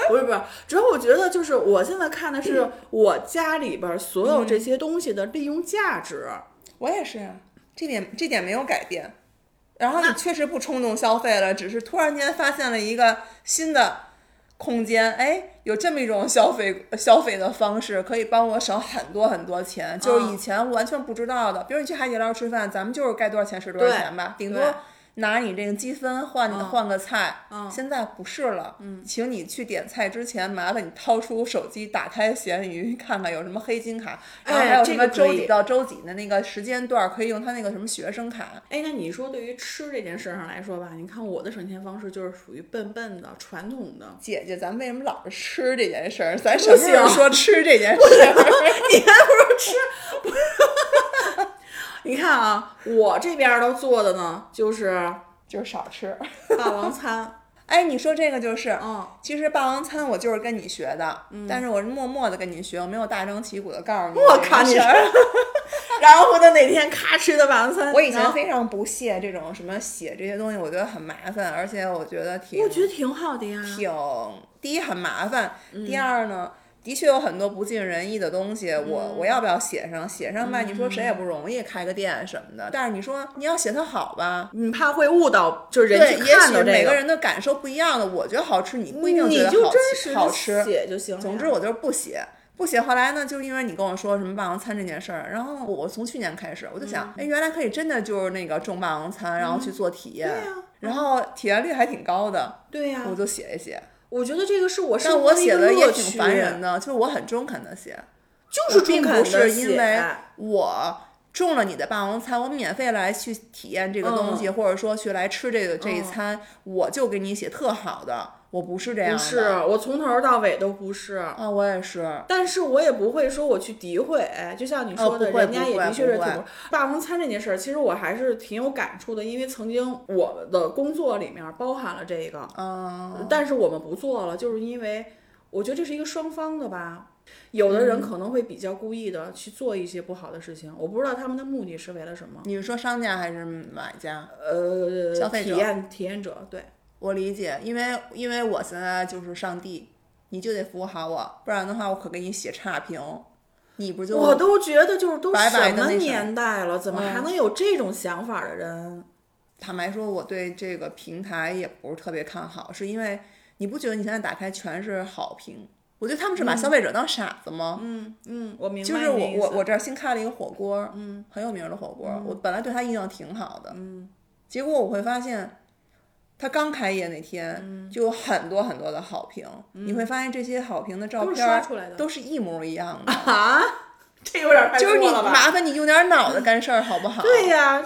Speaker 1: 不是不是，主要我觉得就是我现在看的
Speaker 2: 嗯
Speaker 1: 是我家里边儿所有这些东西的利用价值。
Speaker 2: 我也是，啊这点这点没有改变。然后你确实不冲动消费了，只是突然间发现了一个新的空间，哎，有这么一种消费消费的方式，可以帮我省很多很多
Speaker 1: 嗯
Speaker 2: 钱，就是以前完全不知道的。比如你去海底捞吃饭，咱们就是该多少钱是多少
Speaker 1: 对
Speaker 2: 钱吧，顶
Speaker 1: 对
Speaker 2: 多拿你这个积分换
Speaker 1: 嗯
Speaker 2: 换个菜。
Speaker 1: 嗯
Speaker 2: 现在不是了，请你去点菜之前，麻烦你掏出手机，打开闲鱼，看看有什么黑金卡，然后
Speaker 1: 哎
Speaker 2: 还有什
Speaker 1: 这
Speaker 2: 么
Speaker 1: 个
Speaker 2: 周
Speaker 1: 可以
Speaker 2: 几到周几的那个时间段，可以用他那个什么学生卡。。
Speaker 1: 哎，那你说对于吃这件事上来说吧，你看我的省钱方式就是属于笨笨的、传统的
Speaker 2: 姐姐，咱为什么老是吃这件事儿？咱什么时候
Speaker 1: 行
Speaker 2: 说吃 这件事儿？
Speaker 1: 你还不如吃，你看啊，我这边儿都做的呢，就是
Speaker 2: 就是少吃。
Speaker 1: 霸王餐，
Speaker 2: 哎，你说这个就是，
Speaker 1: 嗯，
Speaker 2: 其实霸王餐我就是跟你学的，但是我是默默的跟你学，我没有大张旗鼓的告诉你。
Speaker 1: 我靠你
Speaker 2: 事儿！
Speaker 1: 然后呢哪天咔吃的霸王餐，
Speaker 2: 我以前
Speaker 1: 然后
Speaker 2: 非常不屑这种什么写这些东西，我觉得很麻烦，而且我觉得挺，
Speaker 1: 我觉得挺好的呀，
Speaker 2: 挺第一很麻烦，第二呢，的确有很多不尽人意的东西，我我要不要写上？写上吧，你说谁也不容易，开个店什么的。但是你说你要写它好吧？
Speaker 1: 你怕会误导就是
Speaker 2: 对，
Speaker 1: 人去
Speaker 2: 也
Speaker 1: 看
Speaker 2: 许
Speaker 1: 到这
Speaker 2: 每个人的感受不一样的。我觉得好吃，你不一定
Speaker 1: 你
Speaker 2: 觉得
Speaker 1: 就
Speaker 2: 好
Speaker 1: 真实地
Speaker 2: 好吃。
Speaker 1: 写就行了呀。
Speaker 2: 总之我就是不写。不写，后来呢，就是因为你跟我说什么霸王餐这件事儿，然后我从去年开始，我就想，哎、原来可以真的就是那个种霸王餐，然后去做体验，
Speaker 1: 对呀
Speaker 2: 然后体验率还挺高的，
Speaker 1: 对呀、
Speaker 2: 我就写一写。
Speaker 1: 我觉得这个是我
Speaker 2: 嗯但
Speaker 1: 生活
Speaker 2: 我
Speaker 1: 的一
Speaker 2: 写
Speaker 1: 个
Speaker 2: 的也
Speaker 1: 乐
Speaker 2: 挺
Speaker 1: 趣
Speaker 2: 烦人，的，就是我很中肯的写，
Speaker 1: 就是中
Speaker 2: 并
Speaker 1: 肯
Speaker 2: 不
Speaker 1: 的
Speaker 2: 是
Speaker 1: 写啊
Speaker 2: 因为我中了你的霸王餐，我免费来去
Speaker 1: 嗯
Speaker 2: 体验这个东西，或者说去来吃这个这一餐，我就给你写特好的。我不是这样
Speaker 1: 不
Speaker 2: 的，
Speaker 1: 是，啊我从头到尾都不是。
Speaker 2: 啊，我也是，
Speaker 1: 但是我也不会说我去诋毁，哎就像你说的，
Speaker 2: 哦不会
Speaker 1: 人家也
Speaker 2: 不会
Speaker 1: 的确是
Speaker 2: 不
Speaker 1: 挺
Speaker 2: 会
Speaker 1: 霸王餐这件事儿，其实我还是挺有感触的，因为曾经我的工作里面包含了这个，
Speaker 2: 嗯，
Speaker 1: 但是我们不做了，就是因为我觉得这是一个双方的吧。有的
Speaker 2: 嗯
Speaker 1: 人可能会比较故意的去做一些不好的事情，我不知道他们的目的是为了什么。
Speaker 2: 你是说商家还是买家？
Speaker 1: 呃，
Speaker 2: 消费者
Speaker 1: 体验体验者，对，
Speaker 2: 我理解，因为因为我现在就是上帝，你就得服务好我，不然的话我可给你写差评，你不就
Speaker 1: 我都觉得就是都
Speaker 2: 白白
Speaker 1: 什么
Speaker 2: 的那什么嗯
Speaker 1: 年代了，怎么还能有这种想法的人？
Speaker 2: 坦白说，我对这个平台也不是特别看好，是因为你不觉得你现在打开全是好评？我觉得他们是把消费者当傻子吗？
Speaker 1: 嗯嗯，我嗯明白。
Speaker 2: 就是我我我这儿新开了一个火锅，嗯，很有名儿的火锅，我本来对他印象挺好的，嗯，结果我会发现，他刚开业那
Speaker 1: 嗯
Speaker 2: 天就有很多很多的好评，你会发现这些好评的照
Speaker 1: 都是
Speaker 2: 片
Speaker 1: 刷
Speaker 2: 儿
Speaker 1: 出来的
Speaker 2: 都是一模一样的，
Speaker 1: 啊，这有点太
Speaker 2: 就是你
Speaker 1: 过了吧？
Speaker 2: 麻烦你用点脑子干事儿好不 好？
Speaker 1: 对呀、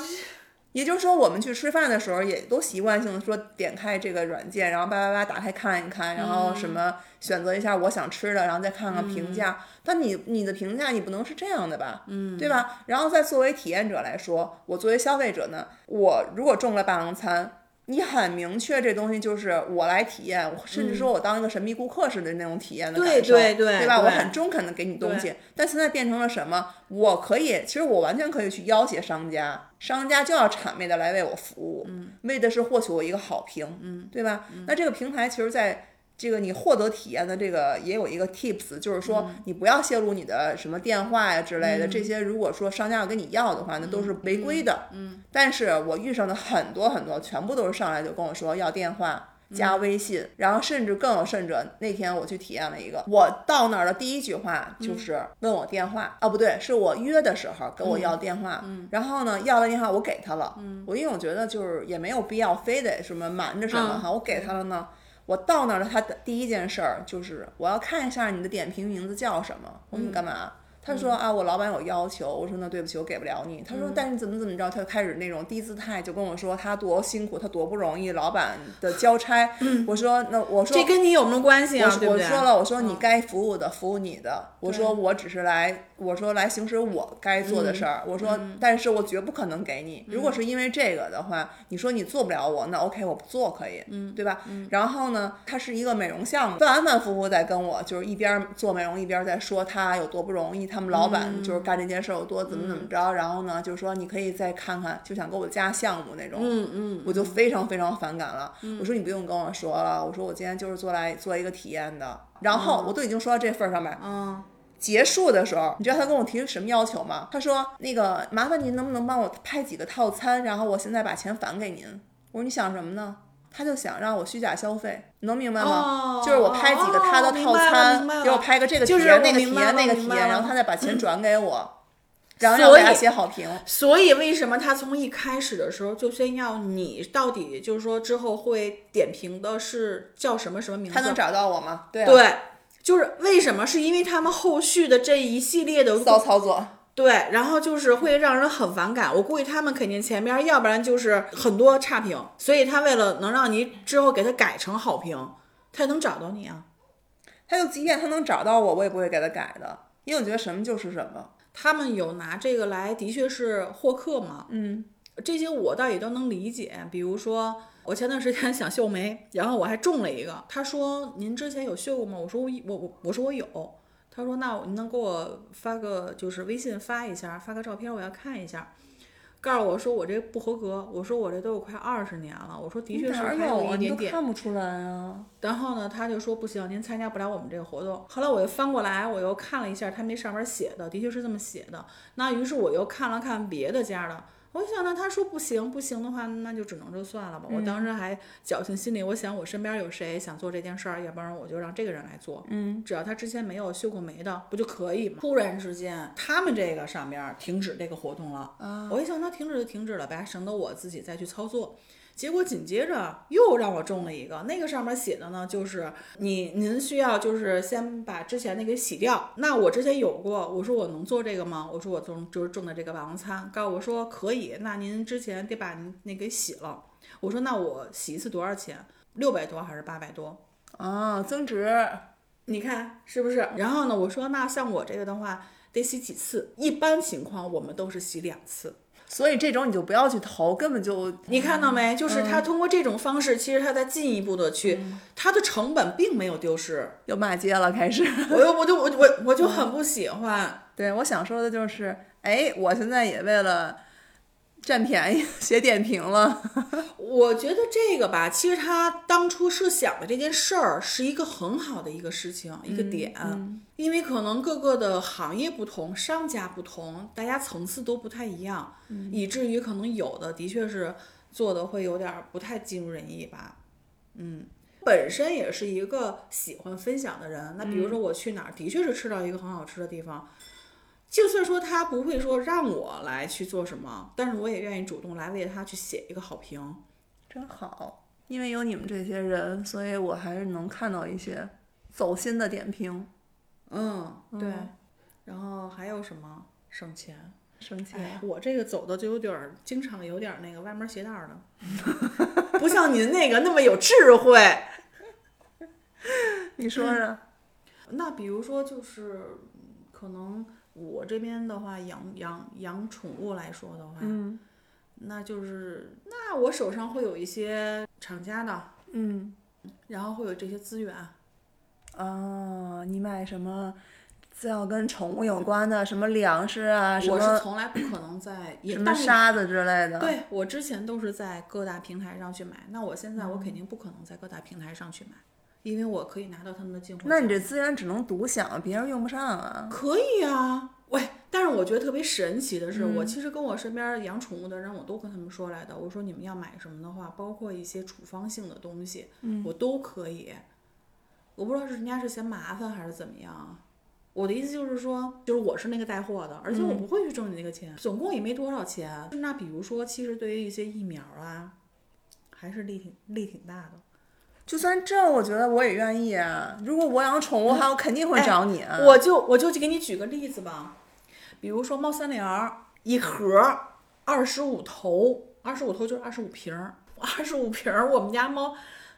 Speaker 2: 也就是说，我们去吃饭的时候，也都习惯性地说点开这个软件，然后叭叭叭打开看一看，然后
Speaker 1: 嗯
Speaker 2: 什么选择一下我想吃的，然后再看看评价。但你你的评价你不能是这样的吧？嗯，对吧？然后再作为体验者来说，我作为消费者呢，我如果中了霸王餐。你很明确，这东西就是我来体验，甚至说我当一个神秘顾客似的那种体验的
Speaker 1: 嗯对
Speaker 2: 感受，
Speaker 1: 对对
Speaker 2: 对吧？
Speaker 1: 对
Speaker 2: 我很中肯的给你东西，但现在变成了什么？我可以，其实我完全可以去要挟商家，商家就要谄媚的来为我服务，为的是获取我一个好评，对吧？那这个平台其实在。这个你获得体验的这个也有一个 tips，就是说你不要泄露你的什么电话呀之类的，这些如果说商家要跟你要的话，那都是违规的。嗯，但是我遇上的很多很多，全部都是上来就跟我说要电话。加微信，然后甚至更有甚者，那天我去体验了一个，我到那儿的第一句话就是问我电话，啊不对，是我约的时候跟我要电话，然后呢要了电话我给他了，我因为我觉得就是也没有必要非得什么瞒着什么哈，我给他了呢，我到那儿了，他的第一件事儿就是我要看一下你的点评名字叫什么。我说你干嘛？他说啊，我老板有要求。我说那对不起，我给不了你。他说但是怎么怎么着，他就开始那种低姿态，就跟我说他多辛苦，他多不容易，老板的交差。我说那我说
Speaker 1: 这跟你有什么关系啊？对不
Speaker 2: 我
Speaker 1: 对？嗯
Speaker 2: 说了，我说你该服务的服务你的，我说我只是来，我说来行使我该
Speaker 1: 嗯
Speaker 2: 做的事儿，我说但是我绝不可能给你。如果是因为这个的话，你说你做不了我，那 OK 我不做可以，
Speaker 1: 嗯
Speaker 2: 对吧？然后呢，它是一个美容项目，反反复复在跟我就是一边做美容一边在说他有多不容易，他们老板就是
Speaker 1: 嗯
Speaker 2: 干这件事儿有多怎么怎么着，然后呢就说你可以再看看，就想给我加项目那种，
Speaker 1: 嗯嗯，
Speaker 2: 我就非常非常反感了。我说你不用跟我说了，我说我今天就是做来做一个体验的。然后我都已经说到这份儿上面，
Speaker 1: 嗯，
Speaker 2: 结束的时候，你知道他跟我提出什么要求吗？他说那个麻烦您能不能帮我拍几个套餐，然后我现在把钱返给您。我说你想什么呢？他就想让我虚假消费，你能明白吗？
Speaker 1: 哦
Speaker 2: 就是我拍几个他的套
Speaker 1: 哦明
Speaker 2: 餐
Speaker 1: 白了明白，了
Speaker 2: 给我拍个这个体
Speaker 1: 就是
Speaker 2: 验、
Speaker 1: 我
Speaker 2: 那个体
Speaker 1: 明白了
Speaker 2: 验、那个体
Speaker 1: 明白
Speaker 2: 验，
Speaker 1: 了嗯
Speaker 2: 然后他再把钱转给我，然后让我给他
Speaker 1: 所以
Speaker 2: 写好评。
Speaker 1: 所以为什么他从一开始的时候就先要你到底就是说之后会点评的是叫什么什么名字？
Speaker 2: 他能找到我吗？对啊，
Speaker 1: 对，就是为什么？是因为他们后续的这一系列的
Speaker 2: 骚操作。
Speaker 1: 对，然后就是会让人很反感。我估计他们肯定前边，要不然就是很多差评，所以他为了能让你之后给他改成好评，他也能找到你啊。
Speaker 2: 他就即便他能找到我，我也不会给他改的，因为我觉得什么就是什么。
Speaker 1: 他们有拿这个来，的确是获客嘛，
Speaker 2: 嗯，
Speaker 1: 这些我倒也都能理解。比如说，我前段时间 想秀眉，然后我还中了一个，他说您之前有秀过吗？我说我我我我说我有。他说那您能给我发个就是微信发一下，发个照片我要看一下。告诉我说我这不合格，我说我这都有快二十年了，我说的确是还有一点点。
Speaker 2: 啊看不出来啊。
Speaker 1: 然后呢，他就说不行，您参加不了我们这个活动。后来我又翻过来，我又看了一下他们那上面写的，的确是这么写的。那于是我又看了看别的家的，我就想呢，他说不行，不行的话，那就只能就算了吧。我当时还侥幸心理，我想我身边有谁想做这件事儿，要不然我就让这个人来做。嗯，只要他之前没有修过眉的，不就可以吗？突然之间，他们这个上边停止这个活动了。啊，我一想，那停止就停止了呗，省得我自己再去操作。结果紧接着又让我中了一个，那个上面写的呢，就是你您需要就是先把之前的给洗掉。那我之前有过，我说我能做这个吗？我说我中就是中的这个霸王餐，告诉我说可以。那您之前得把您那给洗了。我说那我洗一次多少钱？六百多还是八百多？
Speaker 2: 啊，增值
Speaker 1: 你看是不是？然后呢，我说那像我这个的话，得洗几次？一般情况我们都是洗两次。
Speaker 2: 所以这种你就不要去投，根本就
Speaker 1: 你看到没？就是他通过这种方式，其实他在进一步的去，他的成本并没有丢失。
Speaker 2: 又骂街了，开始。
Speaker 1: 我又我就我我我就很不喜欢。
Speaker 2: 对，我想说的就是，哎，我现在也为了占便宜 写点评了。
Speaker 1: 我觉得这个吧，其实他当初设想的这件事儿是一个很好的一个事情，一个点，因为可能各个的行业不同，商家不同，大家层次都不太一样，以至于可能有的的确是做的会有点儿不太尽如人意吧。嗯，本身也是一个喜欢分享的人，那比如说我去哪儿，的确是吃到一个很好吃的地方。就算说他不会说让我来去做什么，但是我也愿意主动来为他去写一个好评。
Speaker 2: 真好，因为有你们这些人，所以我还是能看到一些走心的点评，
Speaker 1: 嗯，对。然后还有什么省钱？
Speaker 2: 生气。
Speaker 1: 哎，我这个走的就有点儿，经常有点儿那个歪门邪道儿的， 不像您那个那么有智慧。
Speaker 2: 你说说，
Speaker 1: 那比如说就是，嗯可能我这边的话，养养养宠物来说的话，
Speaker 2: 嗯
Speaker 1: 那就是那我手上会有一些厂家的，
Speaker 2: 嗯
Speaker 1: 然后会有这些资源。
Speaker 2: 啊，你买什么？只要跟宠物有关的，什么粮食啊，什
Speaker 1: 我是
Speaker 2: 么
Speaker 1: 从来不可能在也
Speaker 2: 什么
Speaker 1: 但是
Speaker 2: 沙子之类的。
Speaker 1: 对我之前都是在各大平台上去买，那我现在我
Speaker 2: 嗯
Speaker 1: 肯定不可能在各大平台上去买，因为我可以拿到他们的进货价。
Speaker 2: 那你这资源只能独享，别人用不上啊。
Speaker 1: 可以啊，喂！但是我觉得特别神奇的是，我其实跟我身边养宠物的人，我都跟他们说来的，我说你们要买什么的话，包括一些处方性的东西，我都可以。我不知道是人家是嫌麻烦还是怎么样啊。我的意思就是说，就是我是那个带货的，而且我不会去挣你那个钱，总共也没多少钱。那比如说，其实对于一些疫苗啊，还是力挺力挺大的。
Speaker 2: 就算这，我觉得我也愿意啊。如果我养宠物哈，我肯定
Speaker 1: 哎
Speaker 2: 会找你啊。
Speaker 1: 我就我就给你举个例子吧，比如说猫三零儿一盒二十五头，二十五头就是二十五瓶儿，二十五瓶儿我们家 猫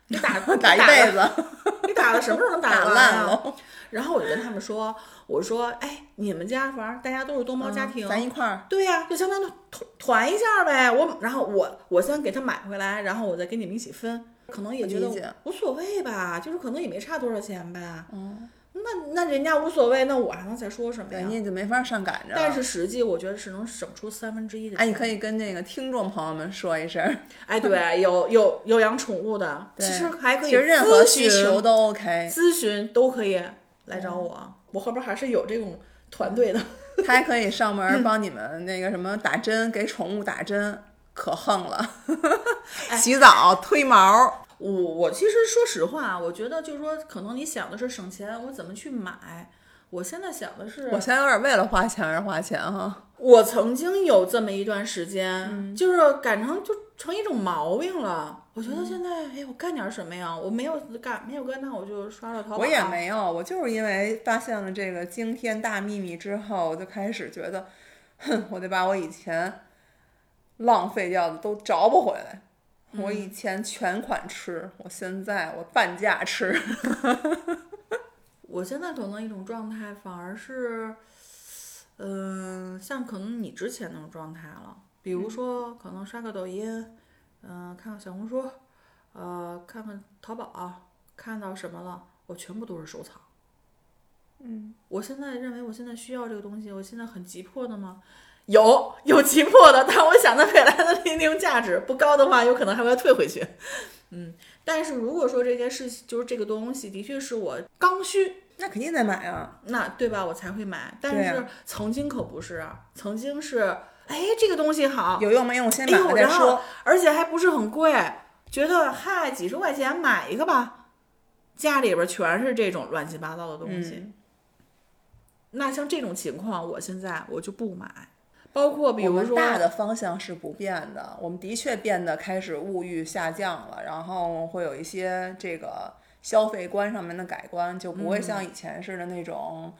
Speaker 1: 给打
Speaker 2: 打一辈子，
Speaker 1: 你打了什么时候能打
Speaker 2: 打
Speaker 1: 完
Speaker 2: 烂
Speaker 1: 啊
Speaker 2: 了。
Speaker 1: 然后我就跟他们说，我说哎，你们家反正大家都是多猫家庭，
Speaker 2: 嗯咱一块儿。
Speaker 1: 对呀、就相当于团团一下呗。我然后我我先给他买回来，然后我再跟你们一起分，可能也觉
Speaker 2: 理解
Speaker 1: 得无所谓吧，就是可能也没差多少钱吧。嗯，那那人家无所谓，那我还能再说什么
Speaker 2: 对，
Speaker 1: 呀
Speaker 2: 你？也就没法上赶着。
Speaker 1: 但，是实际我觉得是能省出三分之一的。
Speaker 2: 哎，你可，以跟那个听众朋友们说一声，
Speaker 1: 哎，对，有有有养宠物的，其
Speaker 2: 对
Speaker 1: 实还可以
Speaker 2: 其实任何
Speaker 1: 咨
Speaker 2: 需
Speaker 1: 询
Speaker 2: 求都嗯 OK，
Speaker 1: 咨询都可以来找我，我后边还是有这种团队的。
Speaker 2: 他还可以上门帮你们那个什么打针，给宠物打针，可横 了，洗澡、推毛，
Speaker 1: 我我其实说实话，我觉得就是说，可能你想的是省钱，我怎么去买？我现在想的是，
Speaker 2: 哎我现在有点为了花钱而花钱哈。
Speaker 1: 我曾经有这么一段时间，
Speaker 2: 嗯
Speaker 1: 就是改成就成一种毛病了。我觉得
Speaker 2: 嗯
Speaker 1: 现在，哎，我干点什么呀？我没有干，没有干，那我就刷刷淘宝。啊
Speaker 2: 我也没有，我就是因为发现了这个惊天大秘密之后，我就开始觉得，哼，我得把我以前浪费掉的都找不回来。我以前全款吃，我现在我半价吃。
Speaker 1: 我现在可能一种状态反而是，嗯、像可能你之前那种状态了，比如说可能刷个抖音，嗯、看看小红书，呃，看看淘宝、看到什么了，我全部都是收藏。嗯，我现在认为我现在需要这个东西，我现在很急迫的吗？有有急迫的，但我想它未来的利用价值不高的话，有可能还会退回去。嗯，但是如果说这件事情就是这个东西的确是我刚需，
Speaker 2: 那肯定得买啊！
Speaker 1: 那对吧？我才会买。但
Speaker 2: 对啊
Speaker 1: 是
Speaker 2: 呀
Speaker 1: 曾经可不是啊，曾经是，哎，这个东西好，
Speaker 2: 有用没用先
Speaker 1: 哎
Speaker 2: 买了
Speaker 1: 呦，
Speaker 2: 再
Speaker 1: 然后
Speaker 2: 说。
Speaker 1: 而且还不是很贵，觉得嗨几十块钱买一个吧，家里边全是这种乱七八糟的东西。
Speaker 2: 嗯
Speaker 1: 那像这种情况，我现在我就不买，包括比
Speaker 2: 我
Speaker 1: 如
Speaker 2: 们
Speaker 1: 说
Speaker 2: 大的方向是不变的，我们的确变得开始物欲下降了，然后会有一些这个消费观上面的改观，就
Speaker 1: 嗯
Speaker 2: 不会像以前似的那种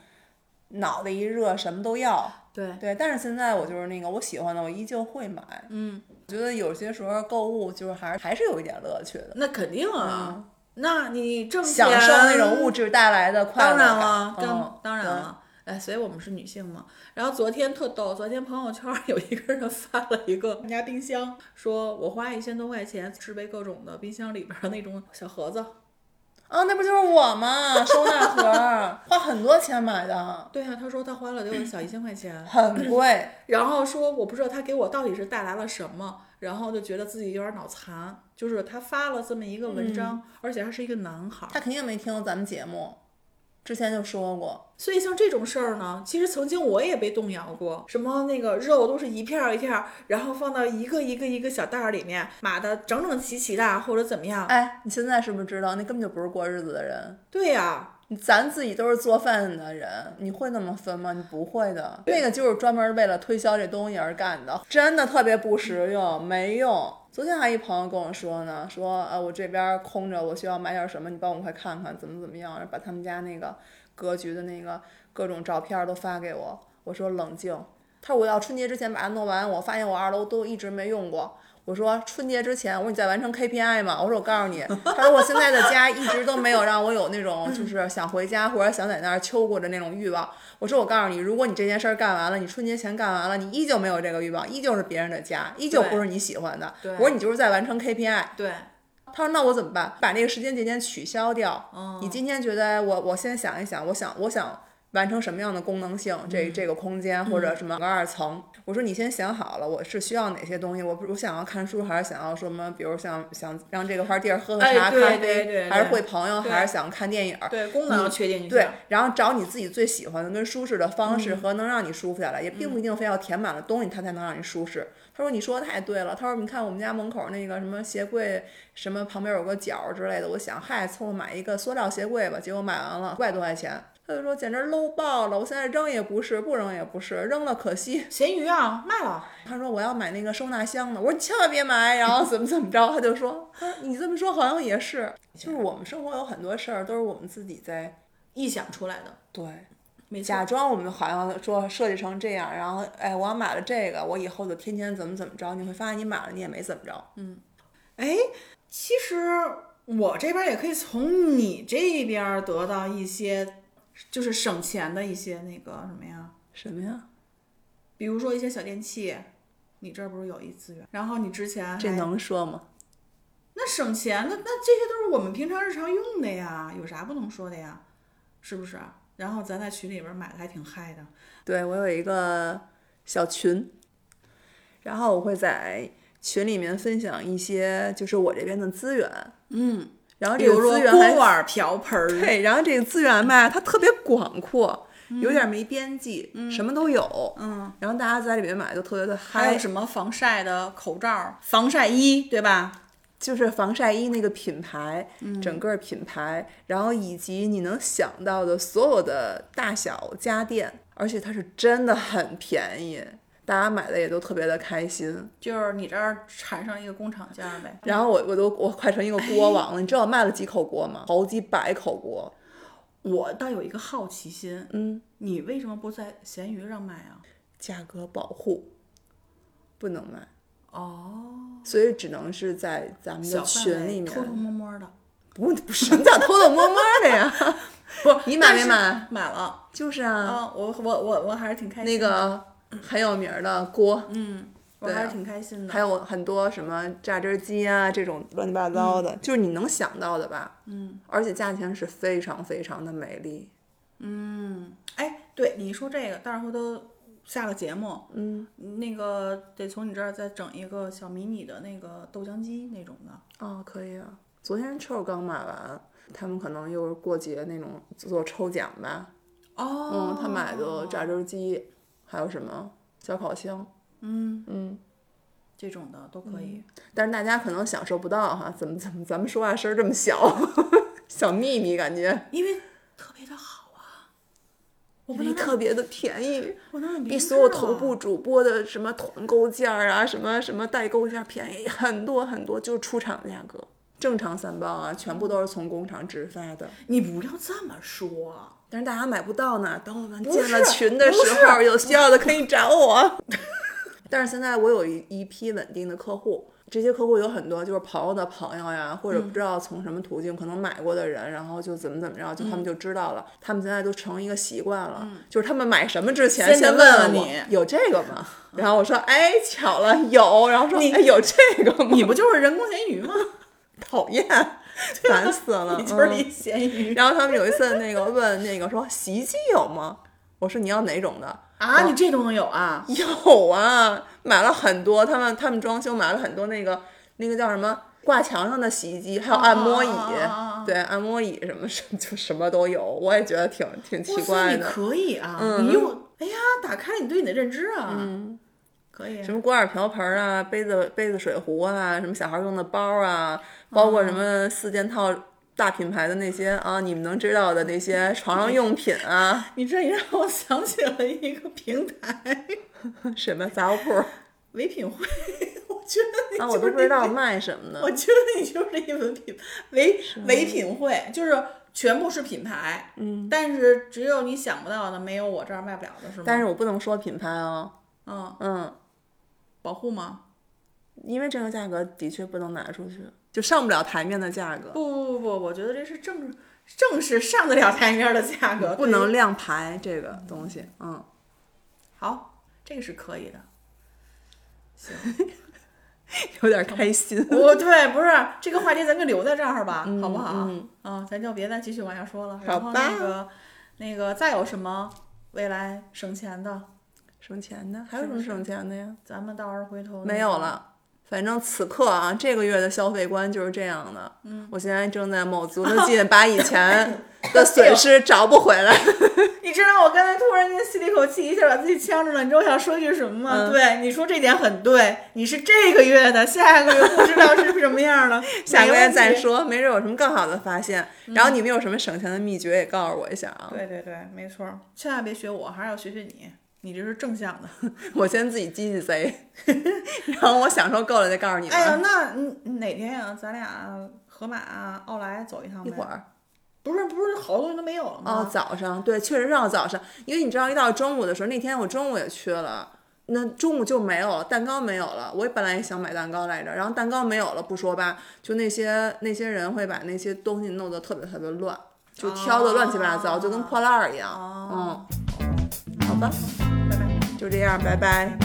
Speaker 2: 脑袋一热什么都要。
Speaker 1: 对，
Speaker 2: 对，但是现在我就是那个我喜欢的，我依旧会买。
Speaker 1: 嗯，
Speaker 2: 我觉得有些时候购物就是还是还是有一点乐趣的。
Speaker 1: 那肯定啊。那你挣
Speaker 2: 嗯享
Speaker 1: 钱
Speaker 2: 受那种物质带来的快
Speaker 1: 当
Speaker 2: 乐
Speaker 1: 然
Speaker 2: 感。
Speaker 1: 了，当、
Speaker 2: 嗯
Speaker 1: 当然了。哎，所以我们是女性嘛。然后昨天特逗，昨天朋友圈儿有一个人发了一个我们家冰箱，说我花一千多块钱制备各种的冰箱里边儿那种小盒子。
Speaker 2: 啊，那不就是我吗？收纳盒儿花很多钱买的，
Speaker 1: 对啊，他说他花了得有小一千块钱，
Speaker 2: 很贵。
Speaker 1: 然后说我不知道他给我到底是带来了什么，然后就觉得自己有点脑残。就是他发了这么一个文章，而且他是一个男孩儿，
Speaker 2: 他肯定没听过咱们节目，之前就说过，
Speaker 1: 所以像这种事儿呢，其实曾经我也被动摇过，什么那个肉都是一片儿一片儿，然后放到一个一个一个小袋儿里面码的整整齐齐的，或者怎么样？
Speaker 2: 哎，你现在是不是知道那根本就不是过日子的人？
Speaker 1: 对呀、
Speaker 2: 咱自己都是做饭的人，你会那么分吗？你不会的，那个就是专门为了推销这东西而干的，真的特别不实用，没用。昨天还一朋友跟我说呢，说啊我这边空着，我需要买点什么，你帮我快看看怎么怎么样，把他们家那个格局的那个各种照片都发给我。我说冷静，他说我要春节之前把它弄完，我发现我二楼都一直没用过。我说春节之前，我说你在完成 KPI 吗？我说我告诉你，他说我现在的家一直都没有让我有那种 就是想回家或者想在那儿秋过的那种欲望。我说我告诉你，如果你这件事儿干完了，你春节前干完了，你依旧没有这个欲望，依旧是别人的家，依旧不是你喜欢的。
Speaker 1: 对
Speaker 2: 我说你就是在完成 KPI。
Speaker 1: 对，
Speaker 2: 他说那我怎么办？把那个时间节点取消掉。
Speaker 1: 嗯
Speaker 2: 你今天觉得我我先想一想，我想我想完成什么样的功能性，
Speaker 1: 嗯
Speaker 2: 这这个空间或者什么个二层。我说你先想好了，我是需要哪些东西？我不我想要看书，还是想要什么？比如想想让这个块地儿喝喝
Speaker 1: 哎
Speaker 2: 茶、
Speaker 1: 对
Speaker 2: 咖
Speaker 1: 对对
Speaker 2: 啡，还是
Speaker 1: 对
Speaker 2: 会朋友，
Speaker 1: 对
Speaker 2: 还是想看电影？
Speaker 1: 对，功能要确定一
Speaker 2: 嗯对
Speaker 1: 下。，
Speaker 2: 然后找你自己最喜欢的、跟舒适的方式和能让你舒服下来，也并不一定非要填满了东西它才能让你舒适。他说：“你说的太对了。”他说：“你看我们家门口那个什么鞋柜，什么旁边有个角儿之类的，我想嗨，凑合买一个塑料鞋柜吧。结果买完了五百多块钱，他就说简直 low 爆了。我现在扔也不是，不扔也不是，扔了可惜。
Speaker 1: 咸鱼啊，卖了，
Speaker 2: 他说我要买那个收纳箱的，我说你千万别买，然后怎么怎么着，他就说，啊你这么说好像也是，就是我们生活有很多事儿都是我们自己在
Speaker 1: 臆想出来的，
Speaker 2: 对。”
Speaker 1: 没错。
Speaker 2: 假装我们好像说设计成这样，然后哎，我要买了这个，我以后就天天怎么怎么着，你会发现你买了你也没怎么着。
Speaker 1: 嗯哎，其实我这边儿也可以从你这边儿得到一些，就是省钱的一些那个什么呀，
Speaker 2: 什么呀？
Speaker 1: 比如说一些小电器，你这儿不是有一资源？然后你之前还
Speaker 2: 这能说吗？
Speaker 1: 那省钱，那那这些都是我们平常日常用的呀，有啥不能说的呀？是不是？然后咱在群里边买的还挺嗨的，
Speaker 2: 对我有一个小群，然后我会在群里面分享一些就是我这边的资源，嗯，然后
Speaker 1: 比
Speaker 2: 这个
Speaker 1: 如说
Speaker 2: 资源
Speaker 1: 锅
Speaker 2: 还
Speaker 1: 碗瓢盆儿，
Speaker 2: 对，然后这个资源吧，它特别广阔，
Speaker 1: 嗯
Speaker 2: 有点没边际，什么都有，嗯，然后大家在里面买就特别的嗨，
Speaker 1: 还有什么防晒的口罩、防晒衣，对吧？
Speaker 2: 就是防晒衣那个品牌，
Speaker 1: 嗯
Speaker 2: 整个品牌，然后以及你能想到的所有的大小家电，而且它是真的很便宜，大家买的也都特别的开心。
Speaker 1: 就是你这儿产生一个工厂价呗。
Speaker 2: 然后我我都我快成一个锅王了，你知道我卖了几口锅吗？好几百口锅。
Speaker 1: 我倒有一个好奇心，
Speaker 2: 嗯，
Speaker 1: 你为什么不在闲鱼上买啊？
Speaker 2: 价格保护，不能卖，
Speaker 1: 哦，
Speaker 2: 所以只能是在咱们的
Speaker 1: 小范
Speaker 2: 群
Speaker 1: 围
Speaker 2: 里面。
Speaker 1: 偷偷摸摸的，
Speaker 2: 不不，什么叫偷偷摸摸的呀？
Speaker 1: 不，
Speaker 2: 你买
Speaker 1: 但
Speaker 2: 没
Speaker 1: 是
Speaker 2: 买？
Speaker 1: 买了
Speaker 2: 就是啊，
Speaker 1: 啊！我我我我还是挺开心
Speaker 2: 那
Speaker 1: 的，
Speaker 2: 个啊很有名儿的锅。
Speaker 1: 我还是挺开心的。
Speaker 2: 还有很多什么榨汁机啊这种乱七八糟的，就是你能想到的吧？嗯，而且价钱是非常非常的美丽。
Speaker 1: 哎，对你说这个，到时候都下个节目，嗯，那个得从你这儿再整一个小迷你的那个豆浆机那种的。
Speaker 2: 哦，可以啊。昨天臭刚买完，他们可能又是过节那种做抽奖吧。
Speaker 1: 哦
Speaker 2: 嗯，他买的榨汁机，还有什么小烤箱，
Speaker 1: 这种的都可以。
Speaker 2: 但是大家可能享受不到哈。怎么怎么咱们说话声儿这么小， 小秘密感觉，
Speaker 1: 因为特别的好啊，我
Speaker 2: 因
Speaker 1: 不
Speaker 2: 为
Speaker 1: 能让
Speaker 2: 特别的便宜。
Speaker 1: 我能让别
Speaker 2: 比
Speaker 1: 人
Speaker 2: 所有
Speaker 1: 知道
Speaker 2: 头
Speaker 1: 啊
Speaker 2: 部主播的什么团购价儿啊、什么什么代购价儿便宜很多很多，就是出厂价格。正常三包啊，全部都是从工厂直发的，
Speaker 1: 你不要这么说，
Speaker 2: 但是大家买不到呢。等我们
Speaker 1: 不
Speaker 2: 建了
Speaker 1: 是
Speaker 2: 群的
Speaker 1: 不
Speaker 2: 时候，
Speaker 1: 是
Speaker 2: 有需要的可以找我。 但是现在我有一一批稳定的客户，这些客户有很多就是朋友的朋友呀，或者
Speaker 1: 嗯
Speaker 2: 不知道从什么途径可能买过的人，然后就怎么怎么着，就他们
Speaker 1: 嗯
Speaker 2: 就知道了，他们现在都成一个习惯了，就是他们买什么之前
Speaker 1: 先
Speaker 2: 先
Speaker 1: 问
Speaker 2: 问
Speaker 1: 问
Speaker 2: 我
Speaker 1: 你
Speaker 2: 有这个吗？然后我说哎巧了有，然后说
Speaker 1: 你
Speaker 2: 哎有这个吗？
Speaker 1: 你不就是人工咸鱼吗？
Speaker 2: 讨厌，烦死了，
Speaker 1: 你就是
Speaker 2: 嗯
Speaker 1: 一咸鱼、
Speaker 2: 然后他们有一次那个问那个说洗衣机有吗？我说你要哪种的？
Speaker 1: 啊！你这都能有啊？
Speaker 2: 有啊，买了很多。他们他们装修买了很多那个那个叫什么挂墙上的洗衣机，还有按摩椅，
Speaker 1: 啊啊啊啊啊
Speaker 2: 对，按摩椅什么什么就什么都有。我也觉得挺挺奇
Speaker 1: 哇塞，
Speaker 2: 怪
Speaker 1: 你
Speaker 2: 的，
Speaker 1: 可以啊！
Speaker 2: 嗯
Speaker 1: 你又哎呀，打开你对你的认知啊！可以
Speaker 2: 什么锅碗瓢盆啊，杯子杯子水壶啊，什么小孩用的包啊，包括什么四件套。大品牌的那些啊，你们能知道的那些床上用品啊，
Speaker 1: 你这也让我想起了一个平台，
Speaker 2: 什么杂货铺儿
Speaker 1: 唯品会。 我觉得你
Speaker 2: 啊，我
Speaker 1: 就
Speaker 2: 都
Speaker 1: 是
Speaker 2: 不知道卖什么
Speaker 1: 我
Speaker 2: 呢。
Speaker 1: 觉得你就是一文品唯唯品会，就是全部是品牌，嗯，但是只有你想不到的，没有我这儿卖不了的是吗？
Speaker 2: 但是我不能说品牌哦，
Speaker 1: 嗯，
Speaker 2: 嗯，
Speaker 1: 保护吗？
Speaker 2: 因为这个价格的确不能拿出去，就上不了台面的价格，
Speaker 1: 不不不不，我觉得这是正正是上得了台面的价格，
Speaker 2: 不能亮牌这个东西。嗯，
Speaker 1: 好，这个是可以的。
Speaker 2: 有点开心。
Speaker 1: 不对，不是这个话题，咱就留在这儿吧，好不好？
Speaker 2: 嗯
Speaker 1: 啊，咱就别再继续往下说了。
Speaker 2: 好
Speaker 1: 然后
Speaker 2: 吧
Speaker 1: 那个那个，再有什么未来省钱的，
Speaker 2: 省钱的还有什么省钱的呀？
Speaker 1: 咱们到时候回头
Speaker 2: 没有。了。反正此刻啊，这个月的消费观就是这样的。嗯，我现在正在卯足 了劲把以 前的损失找不回来。
Speaker 1: 你知道我刚才突然间吸了一口气，一下把自己呛住了。你知道我想说句什么吗？
Speaker 2: 嗯，
Speaker 1: 对，你说这点很对。你是这个月的，下个月不知道是什么样 了
Speaker 2: 下个
Speaker 1: 没
Speaker 2: 月
Speaker 1: 问题
Speaker 2: 再。说，没准有什么更好的发现。然后你们有什么省钱的秘诀也告诉我一下啊。
Speaker 1: 对对对，没错儿，千万别学我，还是要学学你。你这是正向的。
Speaker 2: 我先自己积积贼， 然后我享受够了再告诉你 们。
Speaker 1: 哎呀，那嗯哪天呀、咱俩啊河马、奥莱走一趟呗？
Speaker 2: 一会儿
Speaker 1: 不是不是，好多人都没有了
Speaker 2: 哦
Speaker 1: 吗，？
Speaker 2: 早上对，确实是要早上，因为你知道，一到中午的时候，那天我中午也去了，那中午就没有了，蛋糕没有了。我本来也想买蛋糕来着，然后蛋糕没有了，不说吧，就那些那些人会把那些东西弄得特别特别乱，就挑的乱七八糟，就跟
Speaker 1: 哦
Speaker 2: 破烂儿一样。嗯，好吧，
Speaker 1: 拜拜。
Speaker 2: 就这样，拜拜。